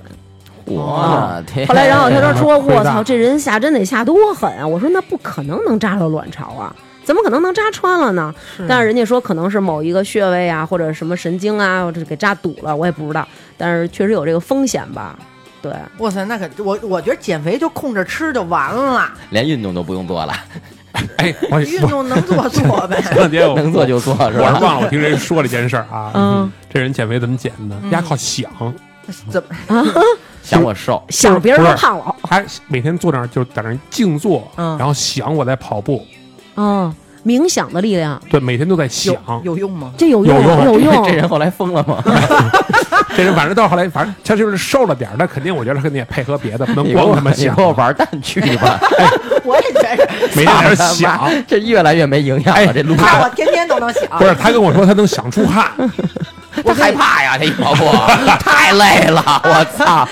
我天！ 后来，然后他就说：“亏大我操，这人下针得下多狠啊！”我说：“那不可能能扎到卵巢啊，怎么可能能扎穿了呢？”但是人家说可能是某一个穴位啊，或者什么神经啊，或者给扎堵了，我也不知道。但是确实有这个风险吧？对，哇塞，那可我我觉得减肥就控制吃就完了，连运动都不用做了，哎，我运我动能做做 呗。前两天我能做就做，是我是吧？忘了我听谁说这件事儿 啊。嗯，这人减肥怎么减的？嗯丫靠想，怎么？想我瘦，想别人不都是胖了他每天坐那儿就在那儿静坐，嗯然后想我在跑步，哦，冥想的力量，对，每天都在有想。有用吗？ 这有用，啊有用啊有用。 这人后来疯了吗？这人反正到后来，反正他就是瘦了点儿，他肯定我觉得他肯定也配合别的，不能你给光我他妈你想给，我玩蛋去 吧！我也觉得是，每天在那儿操他妈想。，这越来越没营养了。这路怕我天天都能想。不是，他跟我说他能想出汗，我害怕呀，这一跑步啊 太累 了，我操！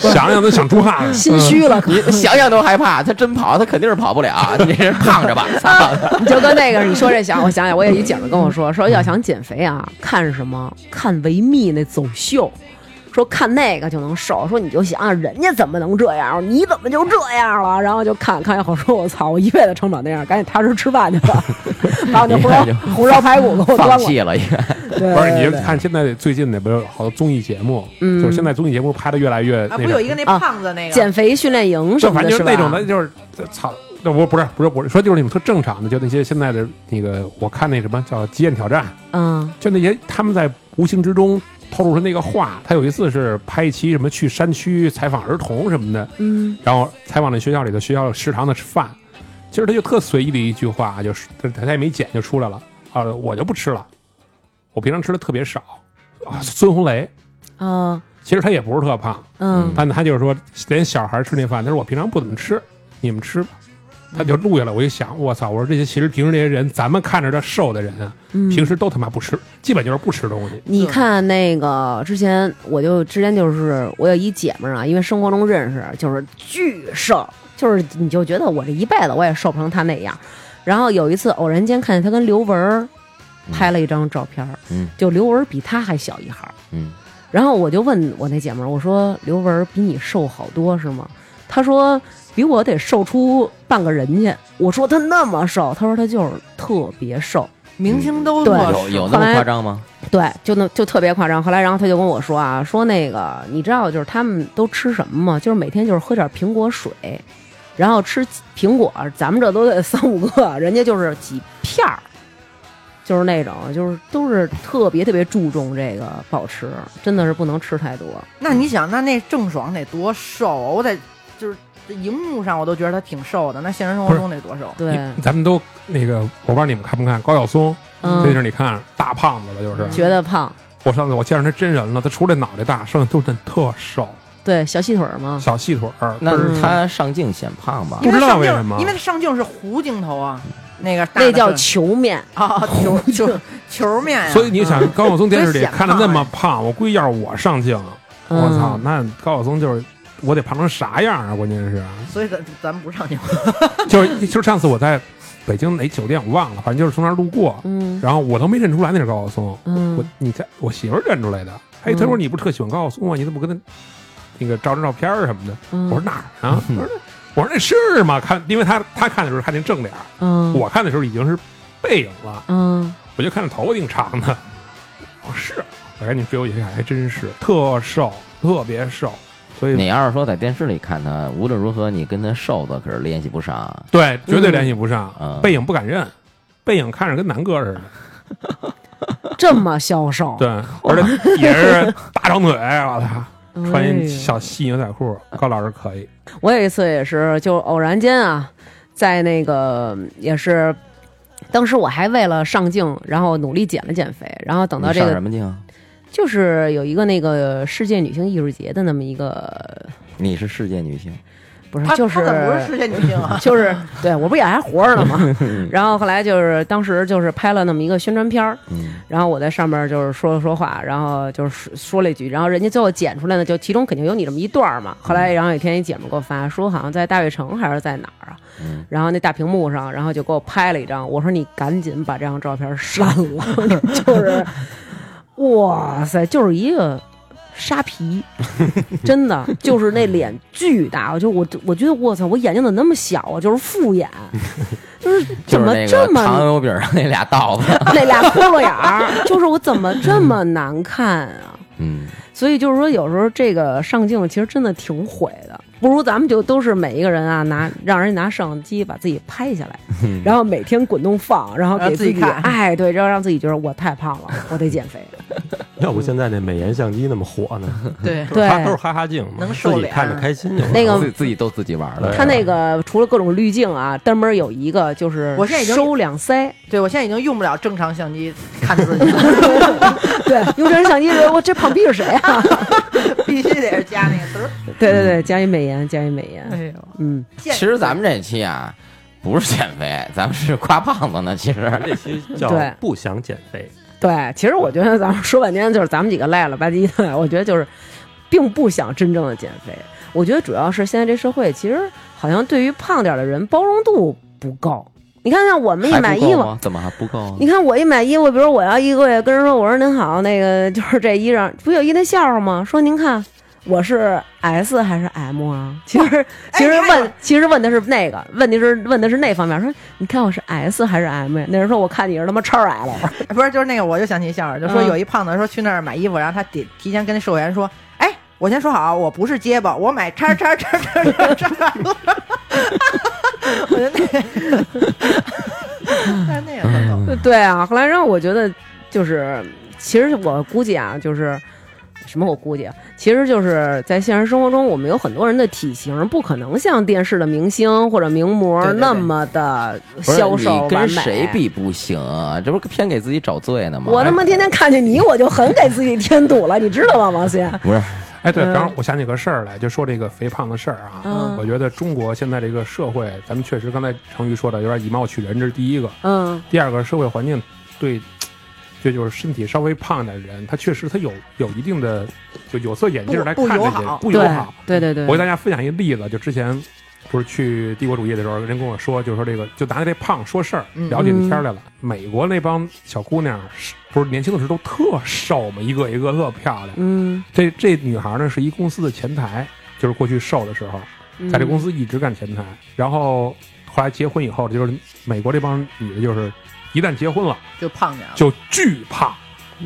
想想都想出汗了。心虚了，你想想都害怕，他真跑，他肯定是跑不了。你这人 胖着吧，操！你就跟那个你说这想，我想想，我也一姐们跟我说，说要想减肥啊，看什么？看维密那走秀，说看那个就能瘦。说你就想想人家怎么能这样，你怎么就这样了？然后就看看以后说，我操，我一辈子成长那样，赶紧踏实吃饭去吧， 把我那红烧红烧排骨给我放端过来。弃了，应该对对不是，你对就对看现在最近的不是有好多综艺节目，嗯就是现在综艺节目拍的越来越啊，那不有一种，个那啊胖子那个减肥训练营什就么反的，正就是吧那种的，就是操，那我不是不是我是说就是那种特正常的，就那些现在的那个，我看那什么叫《极限挑战》，嗯就那些他们在无形之中透露出那个话。他有一次是拍一期什么去山区采访儿童什么的，嗯然后采访那学校里的学校食堂的饭，其实他就特随意的一句话，就是他他也没剪就出来了啊，我就不吃了，我平常吃的特别少啊。孙红雷啊其实他也不是特胖，嗯但他就是说连小孩吃那饭，他说我平常不怎么吃，你们吃吧。嗯他就录下来，我一想，我操！我说这些其实平时这些人，咱们看着这瘦的人啊，平嗯。时都他妈不吃，基本就是不吃东西。你嗯看那个之前，我就之前就是我有一姐们儿啊，因为生活中认识，就是巨瘦，就是你就觉得我这一辈子我也瘦不成她那样。然后有一次偶然间看见她跟刘雯儿拍了一张照片儿，嗯就刘雯儿比她还小一孩儿。嗯，然后我就问我那姐们儿，我说刘雯儿比你瘦好多是吗？她说比我得瘦出半个人去。我说她那么瘦，她说她就是特别瘦。明星都对有做有那么夸张吗？对，就那就特别夸张。后来，然后他就跟我说啊，说那个你知道就是他们都吃什么吗？就是每天就是喝点苹果水，然后吃苹果，咱们这都得三五个，人家就是几片儿，就是那种就是都是特别特别注重这个保持，真的是不能吃太多。那你想，那那郑爽得多瘦啊？我得就是这荧幕上我都觉得她挺瘦的，那现实生活中得多瘦？对，你咱们都那个，我不知道你们看不看高晓松，这就嗯，是你看大胖子了，就是。觉得胖，我上次我见着他真人了，他除了脑袋大，剩下都真特瘦，对，小细腿儿嘛，小细腿儿。那倍儿是他上镜显胖吧嗯？因为她上不知镜道为什么因为她上镜是弧镜头啊，那个大的那叫是球面。啊球球球面啊。所以你想，高晓松电视里真显看着那么嗯胖，我估计要是我上镜，我操，那高晓松就是我得胖成啥样啊？关键是，嗯，所以咱咱不 上镜，就是就是上次我在北京哪酒店我忘了，反正就是从那儿路过，嗯然后我都没认出来那是高晓松，嗯我你在我媳妇儿认出来的。哎，她说你不是特喜欢高晓松吗？你怎么跟他那个照张照片儿什么的？嗯我说哪儿啊？我说我说那是吗？看，因为他他看的时候看见正脸儿，嗯我看的时候已经是背影了，嗯我就看着头发挺长的。我说是，啊我赶紧追我一看，还真是特瘦，特别瘦。所你以要是说在电视里看他，无论如何你跟他瘦子可是联系不上啊。对，绝对联系不上，嗯背影不敢认，背影看着跟南哥似的。这么消啊瘦，对， 而且也是大长腿，我操，穿哎一呦小细牛仔裤，嗯高老师可以。我有一次也是，就偶然间啊，在那个也是，当时我还为了上镜，然后努力减了减肥，然后等到你这上个什么镜啊？就是有一个那个世界女性艺术节的那么一个，你是世界女性，不是她就是她怎么不是世界女性 啊？ 就是对我不也还活着呢 吗？然后后来就是当时就是拍了那么一个宣传片儿，嗯，然后我在上面就是说了说话，然后就是说说了一句，然后人家最后剪出来呢，就其中肯定有你这么一段儿嘛。后来然后有一天一姐们给我发说好像在大悦城还是在哪儿啊，嗯然后那大屏幕上，然后就给我拍了一张，我说你赶紧把这张照片删了，就是哇塞，就是一个。沙皮， 真的就是那脸巨大，我就我我觉得我操，我眼睛怎么那么小啊？就是复眼，就是就怎是么那这个么糖油饼上那俩道 子，那俩窟窿眼儿，就是我怎么这么难看啊？嗯，所以就是说，有时候这个上镜其实真的挺毁的，不如咱们就都是每一个人啊，拿让人家拿摄像机把自己拍下来，然后每天滚动放，然后然后给自己看哎，对，然后让自己觉得我太胖了，我得减肥。要不现在那美颜相机那么火呢？对，对他都是哈哈镜嘛，能自瘦己脸看着开心 就行那个自己自己逗自己玩儿了，他那个除了各种滤镜啊，单门有一个就是我现在已经收两腮， 对我现在已经用不了正常相机看自己 了，对，用这相机觉得我这胖逼是谁啊？ 必须得是加那个嘚儿。对对对，加一美颜，加一美哎颜，呦，嗯，其实咱们这期啊，不是减肥，咱们是夸胖子呢。其实这期叫对不想减肥，对，其实我觉得咱们说半天就是咱们几个赖了吧唧的，我觉得就是并不想真正的减肥。我觉得主要是现在这社会其实好像对于胖点儿的人包容度不够。你看，像我们一还买不够衣服，吗？怎么还不够啊？你看我一买衣服，比如我要一个月跟人说，我说您好，那个 就是这衣裳，不有一那笑话吗？说您看我是 S 还是 M 啊？其哦实其实哎问其实问的是那个，问题是问的是那方面。说你看我是 S 还是 M 呀？那人说我看你是他妈超 L。不是，就是那个，我就想起一笑话，就说嗯有一胖子说去那儿买衣服，然后他提提前跟那售货员说：“哎，我先说好，我不是结巴，我买叉叉叉叉叉叉。”我觉得那个，但是那个很逗。对啊，后来让我觉得就是，其实我估计啊，就是什么我估计，啊，其实就是在现实生活中，我们有很多人的体型不可能像电视的明星或者名模对对对那么的不是消瘦你完跟美。谁比不行啊？这不是偏给自己找罪呢吗？我他妈天天看见你，我就很给自己添堵了，你知道吗，王鑫？不是，哎，对，嗯刚刚我想起个事儿来，就说这个肥胖的事儿啊。嗯我觉得中国现在这个社会，咱们确实刚才成宇说的有点以貌取人，这是第一个。嗯，第二个，社会环境对，这就是身体稍微胖一点的人，他确实他有有一定的就有色眼镜来不看不友这好些，不友嗯对好。对对对我给大家分享一个例子，就之前不是去帝国主义的时候，人跟我说，就是说这个就拿这胖说事儿，嗯聊起这天儿来了。美国那帮小姑娘是不是年轻的时候都特瘦嘛，一个一个特漂亮。嗯，这这女孩呢是一公司的前台，就是过去瘦的时候，嗯在这公司一直干前台，然后后来结婚以后，就是美国这帮女的，就是一旦结婚了就胖点儿了，就巨胖。嗯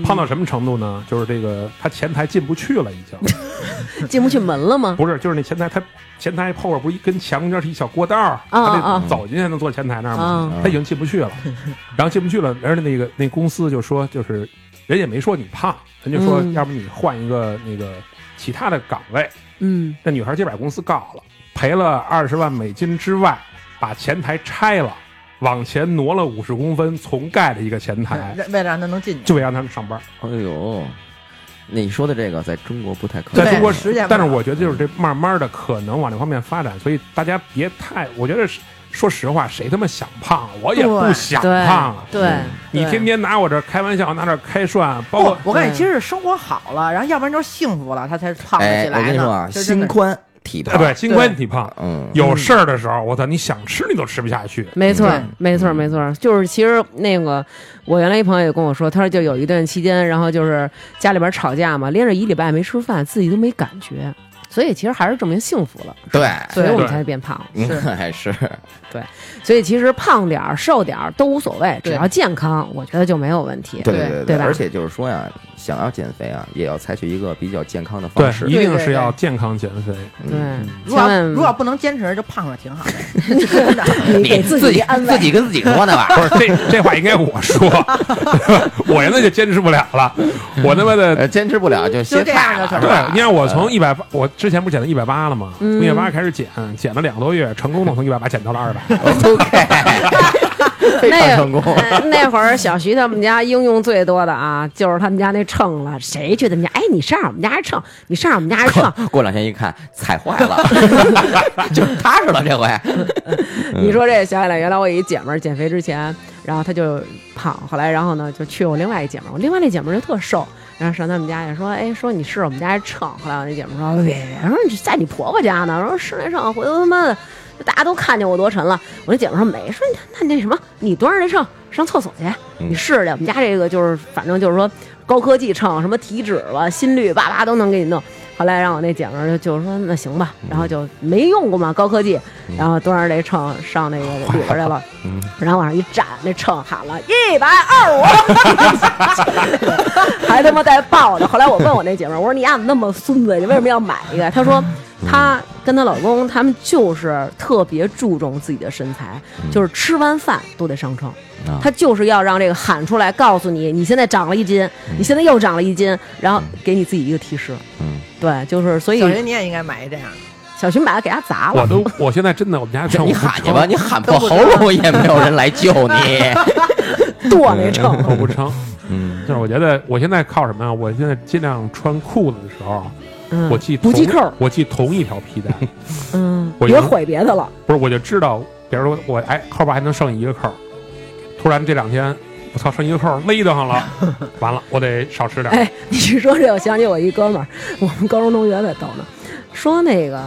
胖到什么程度呢？就是这个，她前台进不去了，已经进不去门了吗？不是，就是那前台，她前台后边不是一跟墙中间是一小过道儿，啊她啊得走进去才能坐前台那儿啊嘛，哎她已经进不去了， 然后进不去了，而且那个那公司就说，就是人也没说你胖，人就说嗯要不你换一个那个其他的岗位，嗯，那女孩就把公司告了，赔了二十万美金之外，把前台拆了，往前挪了五十公分，重盖了一个前台，为为了让他能进去。就为让他们上班。哎呦，你说的这个在中国不太可能，在中国实践不了但是我觉得就是这慢慢的可能往这方面发展，所以大家别太，我觉得是说实话，谁他妈想胖啊，我也不想对胖啊。对，你天天拿我这儿开玩笑，拿这儿开涮，包不括，我告诉你，对其实是生活好了，然后要不然就是幸福了，他才胖得哎，起我来跟你说呢啊，。就真心的宽体胖啊，对，新冠你胖，嗯，有事儿的时候，我操，你想吃你都吃不下去。没错嗯对，没错，没错，就是其实那个我原来一朋友也跟我说，他说就有一段期间，然后就是家里边吵架嘛，连着一礼拜没吃饭，自己都没感觉，所以其实还是证明幸福了，对，所以我们对才变胖。嗯，还 是所以其实胖点儿、瘦点儿都无所谓，只对要健康，我觉得就没有问题。对对对吧而且就是说呀，想要减肥啊，也要采取一个比较健康的对方，式一，定对是对要健康减肥。对嗯，如千果要万如果要不能坚持，就胖了挺好的。真的，你给自己安慰自，己跟自己说呢 吧。不是这这话应该我说， 我现在就坚持不了了，我他妈的。呃，坚持不了就歇就这样菜了就成是吧 对，你看我从一百八，我之前不是减到一百八了吗？从嗯一百八开始减，减了两个多月，成功的从一百八减到了二百。 OK，非常那成功。哎那会儿小徐他们家应用最多的啊，就是他们家那秤了。谁去他们家？哎，你上我们家还秤，你上我们家还秤。 过两天一看，踩坏了， 就踏实了这回。 你说这想起来，原来我有一姐们儿减肥之前，然后她就胖，后来然后呢就去我另外一姐们儿，我另外那姐们儿就特瘦，然后上他们家去说，哎，说你试我们家这秤，后来我那姐们儿说别别别，说你在你婆婆家呢，我说试那秤，回头他妈的大家都看见我多沉了，我那姐们儿说没事，那那什么，你端着这秤上厕所去，你试试去，我们家这个就是反正就是说高科技秤，什么体脂吧、心率叭叭都能给你弄。后来让我那姐们儿就就说那行吧，然后就没用过嘛高科技，然后端着这秤上那个里边儿去了，然后往上一站，那秤喊了一百二五， 还他妈带爆的。后来我问我那姐们儿，我说你丫怎么那么孙子，你为什么要买一个？她说。嗯她跟她老公他们就是特别注重自己的身材，嗯就是吃完饭都得上秤。啊他就是要让这个喊出来，告诉你，你现在长了一斤，嗯你现在又长了一斤，然后给你自己一个提示。嗯，对，就是所以小学你也应该买一这样的。小徐把它给他砸 我了。都，我现在真的，我们家秤你我不喊去称吧，，你喊破喉咙也没有人来救你。剁那秤，我不称。嗯， 就是我觉得我现在靠什么呀？我现在尽量穿裤子的时候，嗯 我系不系同扣？我系同一条 皮带，嗯，我别就毁别的了。不是我就知道，比如说我哎扣吧还能剩一个扣，突然这两天我操剩一个扣勒得慌了， 完了我得少吃点儿。哎， 你说这，我想起我一哥们儿，我们高中同学在逗呢，说那个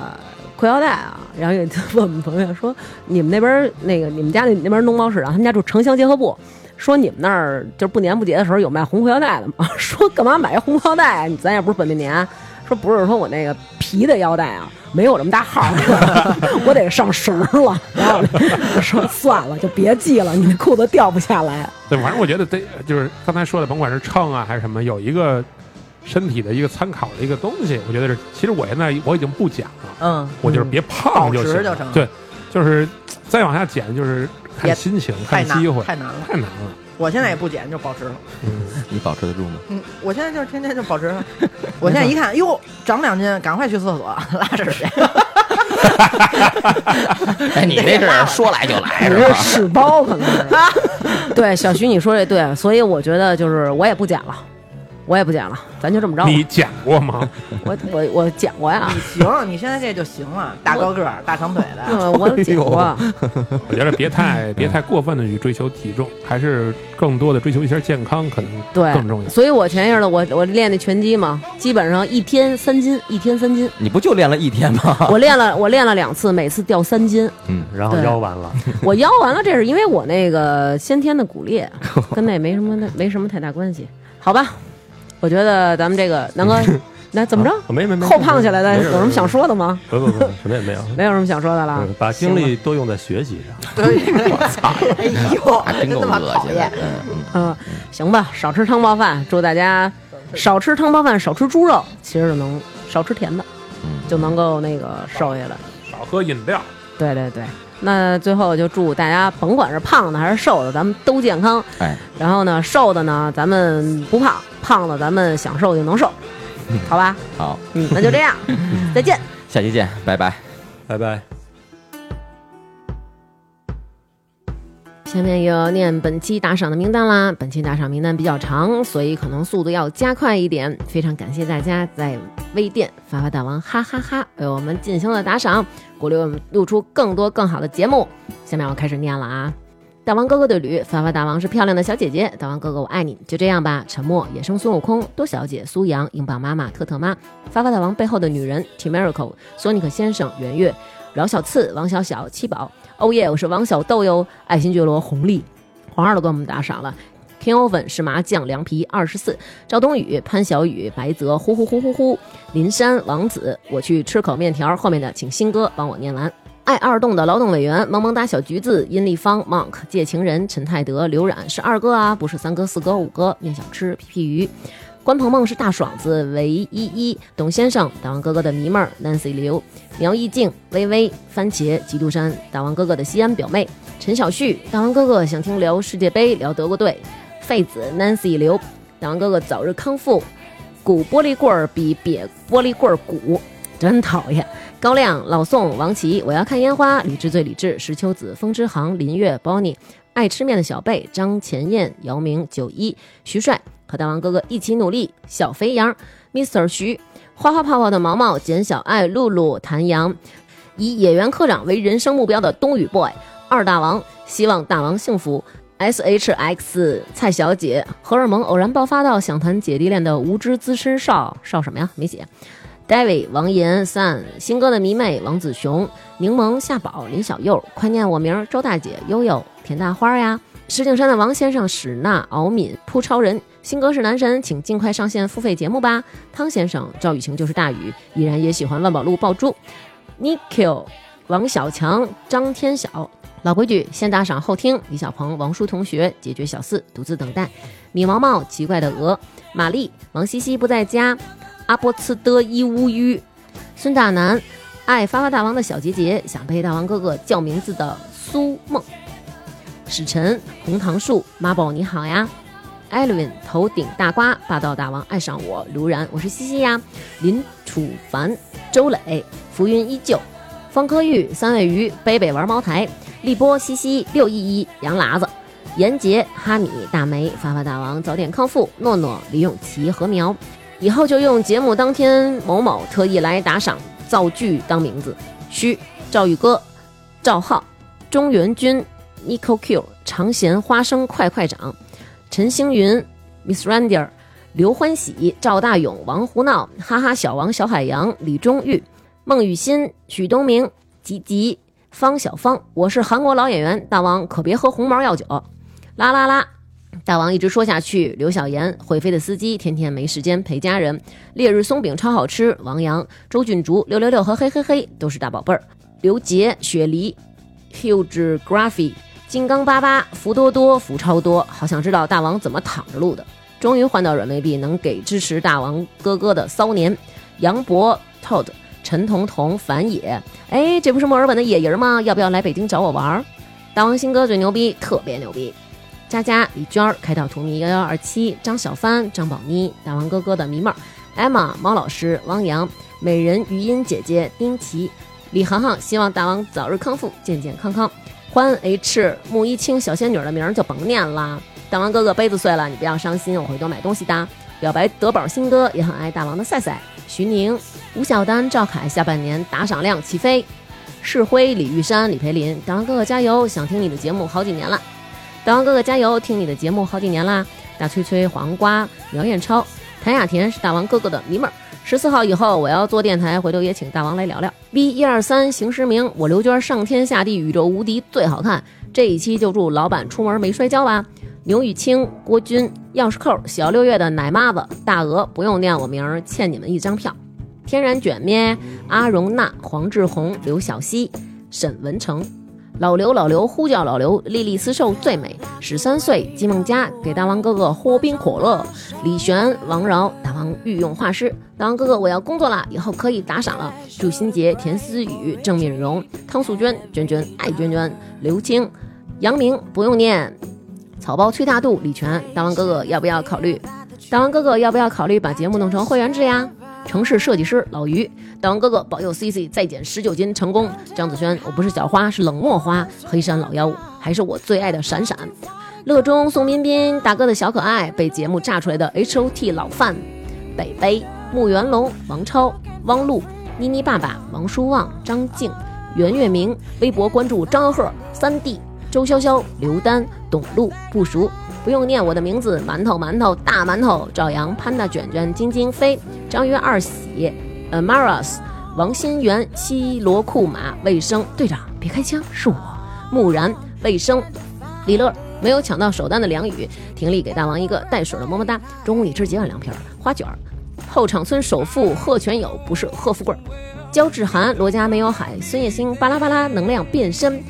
裤腰带啊，然后有一次问我们朋友说，你们那边儿那个你们家那那边儿农贸市场，他们家住城乡结合部，说你们那儿就是不年不节的时候有卖红裤腰带的吗？ 说干嘛买一红裤腰带啊？你咱也不是本命年。说不是，说我那个皮的腰带啊，没有这么大号儿， 我得上绳儿了。然后 我说算了，就别系了，你那裤子掉不下来。对，反正我觉得得就是刚才说的，甭管是秤啊还是什么，有一个身体的一个参考的一个东西，我觉得是。其实我现在我已经不减了，嗯，我就是别胖就保行持就成了。对，就是再往下减就是也看心情、太看难机会，太难了。太难了。我现在也不减，就保持了。嗯，你保持得住吗？嗯，我现在就是天天就保持了。我现在一看，哟，长两斤，赶快去厕所拉屎去。哎，你那是说来就来你是是 吧？屎包可能是。 对，小徐你说这对，啊所以我觉得就是我也不减了，我也不减了，咱就这么着吧。你减过吗？我我我减过 呀，你行，你现在这就行了，大高个儿、大长腿哎的。嗯，我减过。我觉得别嗯太别太过分的去追求体重，还是更多的追求一下健康，可能对更重，要。所以我前一阵儿我我练那拳击嘛，基本上一天三斤，一天三斤。你不就练了一天吗？我练了我练了两次，每次掉三 斤。然后对腰完了，我腰完了，这是因为我那个先天的骨 裂，跟那没什么没什么太大关系。好吧，我觉得咱们这个南哥， 那怎么啊着？啊没没没，后胖起来的没有事什么想？说的啊吗？没事没事不不不，什么也 没有。没有什么想说的了嗯。把精力多用在学习上，哎呦啊，真真够他妈恶讨心的厌。。嗯嗯，行吧，少吃汤包饭，祝大家少吃汤包饭，少吃猪肉，其实就能少吃甜的，嗯就能够那个瘦下来。少喝饮料，对对对，那最后就祝大家，甭管是胖的还是瘦的，咱们都健康。哎，然后呢，瘦的呢，咱们不胖；胖的，咱们想瘦就能瘦，好吧？嗯，好，嗯，那就这样，再见。下期见，拜拜。拜拜。下面又念本期打赏的名单啦。本期打赏名单比较长，所以可能速度要加快一点。非常感谢大家在微店发发大王哈哈哈为我们进行了打赏，鼓励我们录出更多更好的节目。下面我开始念了啊。大王哥哥对驴，发发大王是漂亮的小姐姐，大王哥哥我爱你，就这样吧。沉默，野生孙悟空，多小姐，苏阳，英镑妈妈，特特妈，发发大王背后的女人，T Miracle，索尼克先生，圆月，饶小次，王小小，七宝，哦耶，我是王小豆哟！爱新觉罗红利，黄二都给我们打赏了。King Oven 是麻酱凉皮二十四，赵冬雨、潘小雨、白泽，呼呼呼呼呼，林山王子，我去吃口面条。后面的请新哥帮我念完。爱二栋的劳动委员，萌萌哒小橘子，殷立方，Monk 借情人，陈泰德，刘冉是二哥啊，不是三哥、四哥、五哥，面小吃，皮皮鱼。关鹏鹏是大爽子，唯一一，董先生，大王哥哥的迷妹儿，Nancy 刘，苗艺静、微微、番茄、基督山、大王哥哥的西安表妹、陈小旭、大王哥哥想听聊世界杯、聊德国队、费子、Nancy 刘、大王哥哥早日康复、鼓玻璃棍儿比瘪玻璃棍儿鼓，真讨厌。高亮、老宋、王琦，我要看烟花。理智最理智，石秋子、风之航、林月、Bonnie、爱吃面的小贝、张前燕、姚明、九一、徐帅和大王哥哥一起努力，小肥羊、Mr. 徐、花花泡泡的毛毛、简小爱、露露、谭阳，以演员科长为人生目标的东宇 boy、二大王，希望大王幸福。S H X 蔡小姐，荷尔蒙偶然爆发到想谈姐弟恋的无知资深少少什么呀？没写。David、王岩、Sun、新哥的迷妹、王子雄、柠檬、夏宝、林小右，快念我名儿，周大姐、悠悠、田大花呀。石景山的王先生、史娜、敖敏、扑超人，新哥是男神，请尽快上线付费节目吧。汤先生，赵雨晴就是大雨，依然也喜欢万宝路爆珠。Nikio、王小强、张天晓。老规矩，先打赏后听。李小鹏、王叔同学解决小四，独自等待。米毛毛、奇怪的鹅、玛丽、王西西不在家、阿波茨德伊乌吁、孙大南、爱发发大王的小杰杰、想被大王哥哥叫名字的苏梦、史晨、红糖树、妈宝你好呀。艾 l 文头顶大瓜，霸道大王爱上我，卢然，我是西西呀，林楚凡，周磊，浮云依旧，方科玉，三味鱼，北北玩茅台，立波，西西，六一一，杨喇子，严杰、哈米、大梅、发发大王早点康复，诺诺、李永琪、禾苗，以后就用节目当天某某特意来打赏造句当名字，虚赵宇哥、赵浩、中原君、Nico Q、长弦花生快快长、陈星云、Miss Randier、刘欢喜、赵大勇、王胡闹、哈哈小王、小海洋、李忠玉、孟雨欣、许东明、吉吉、方小芳，我是韩国老演员大王，可别喝红毛药酒，啦啦啦。大王一直说下去。刘小岩，会飞的司机，天天没时间陪家人。烈日松饼超好吃。王阳、周俊竹、六六六和嘿嘿嘿都是大宝贝儿。刘杰、雪梨、Huge Graphy、金刚巴巴、福多多、福超多，好想知道大王怎么躺着录的。终于换到软妹币能给支持大王哥哥的骚年，杨博、Todd、陈彤彤、樊野，哎，这不是墨尔本的野人吗？要不要来北京找我玩儿？大王新哥最牛逼，特别牛逼。佳佳、李娟儿、开导图迷幺幺二七、张小帆、张宝妮、大王哥哥的迷妹儿、Emma、猫老师、汪洋、美人余音姐姐、丁琪、李航航，希望大王早日康复，健健康康。欢 H、穆一清小仙女的名儿就甭念啦。大王哥哥杯子碎了，你不要伤心，我会多买东西的。表白德宝新哥也很爱大王的赛赛。徐宁、吴晓丹、赵凯下半年打赏量起飞。世辉、李玉山、李培林，大王哥哥加油！想听你的节目好几年了。大王哥哥加油！听你的节目好几年啦，大崔崔、黄瓜、苗艳超、谭雅甜是大王哥哥的迷妹儿。十四号以后我要做电台，回头也请大王来聊聊。B 一二三邢时明，我刘娟上天下地宇宙无敌最好看。这一期就祝老板出门没摔跤吧。牛玉清、郭军、钥匙扣、小六月的奶妈子、大鹅，不用念我名儿，欠你们一张票。天然卷咩、阿荣娜、黄志宏、刘小溪、沈文成。老刘，老刘，呼叫老刘，莉莉丝绸最美，十三岁，季梦佳给大王哥哥喝冰可乐，李璇，王饶，大王御用画师，大王哥哥，我要工作啦，以后可以打赏了。祝新杰、田思雨、郑敏荣、汤素娟、娟娟爱娟娟、刘青、杨明，不用念，草包崔大度、李泉，大王哥哥要不要考虑？大王哥哥要不要考虑把节目弄成会员制呀？城市设计师老于，大王哥哥保佑 CC 再减十九斤成功。张子轩，我不是小花，是冷漠花。黑山老妖，还是我最爱的闪闪。乐中宋彬彬大哥的小可爱，被节目炸出来的 HOT 老范，北北、穆元龙、王超、汪璐、妮妮爸爸、王舒旺、张静、袁月明，微博关注张赫、三弟、周潇潇、刘丹、董路、不熟，不用念我的名字，馒头馒头大馒头，赵阳、潘大卷卷、晶晶飞、张约二喜、Amaras、王新元、西罗库马、卫生队长，别开枪，是我，木然、卫生、李乐没有抢到首单的梁宇，婷丽给大王一个带水的么么哒。中午你吃几碗凉皮儿？花卷儿。后场村首富贺全友不是贺富贵儿。焦志涵、罗家没有海、孙叶星、巴拉巴拉能量变身。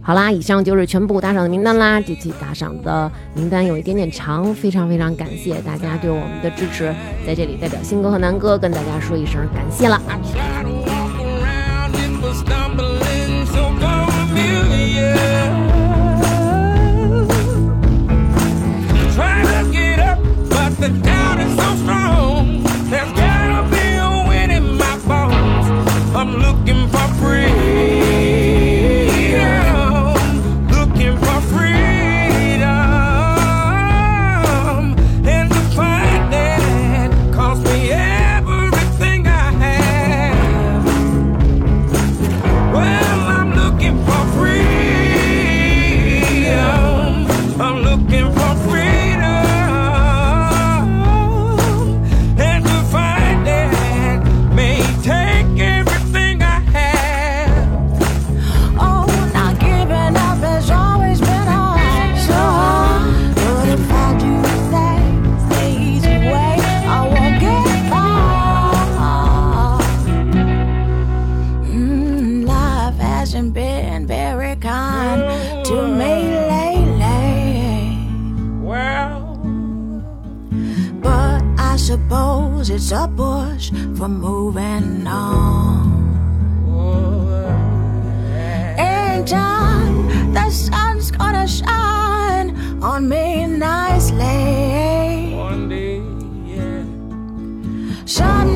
好啦，以上就是全部打赏的名单啦。这期打赏的名单有一点点长，非常非常感谢大家对我们的支持，在这里代表新哥和南哥跟大家说一声感谢了。 Try to walk around in the stumbling, so familiar. Try to get up, but the doubt is so strong. There's gotta be a wind in my bones. I'm looking for freedom, looking for freedom. Oh, Mm, knows it's a push for moving on. In time, the sun's gonna shine on me nicely. One day, yeah. Shine uh, uh,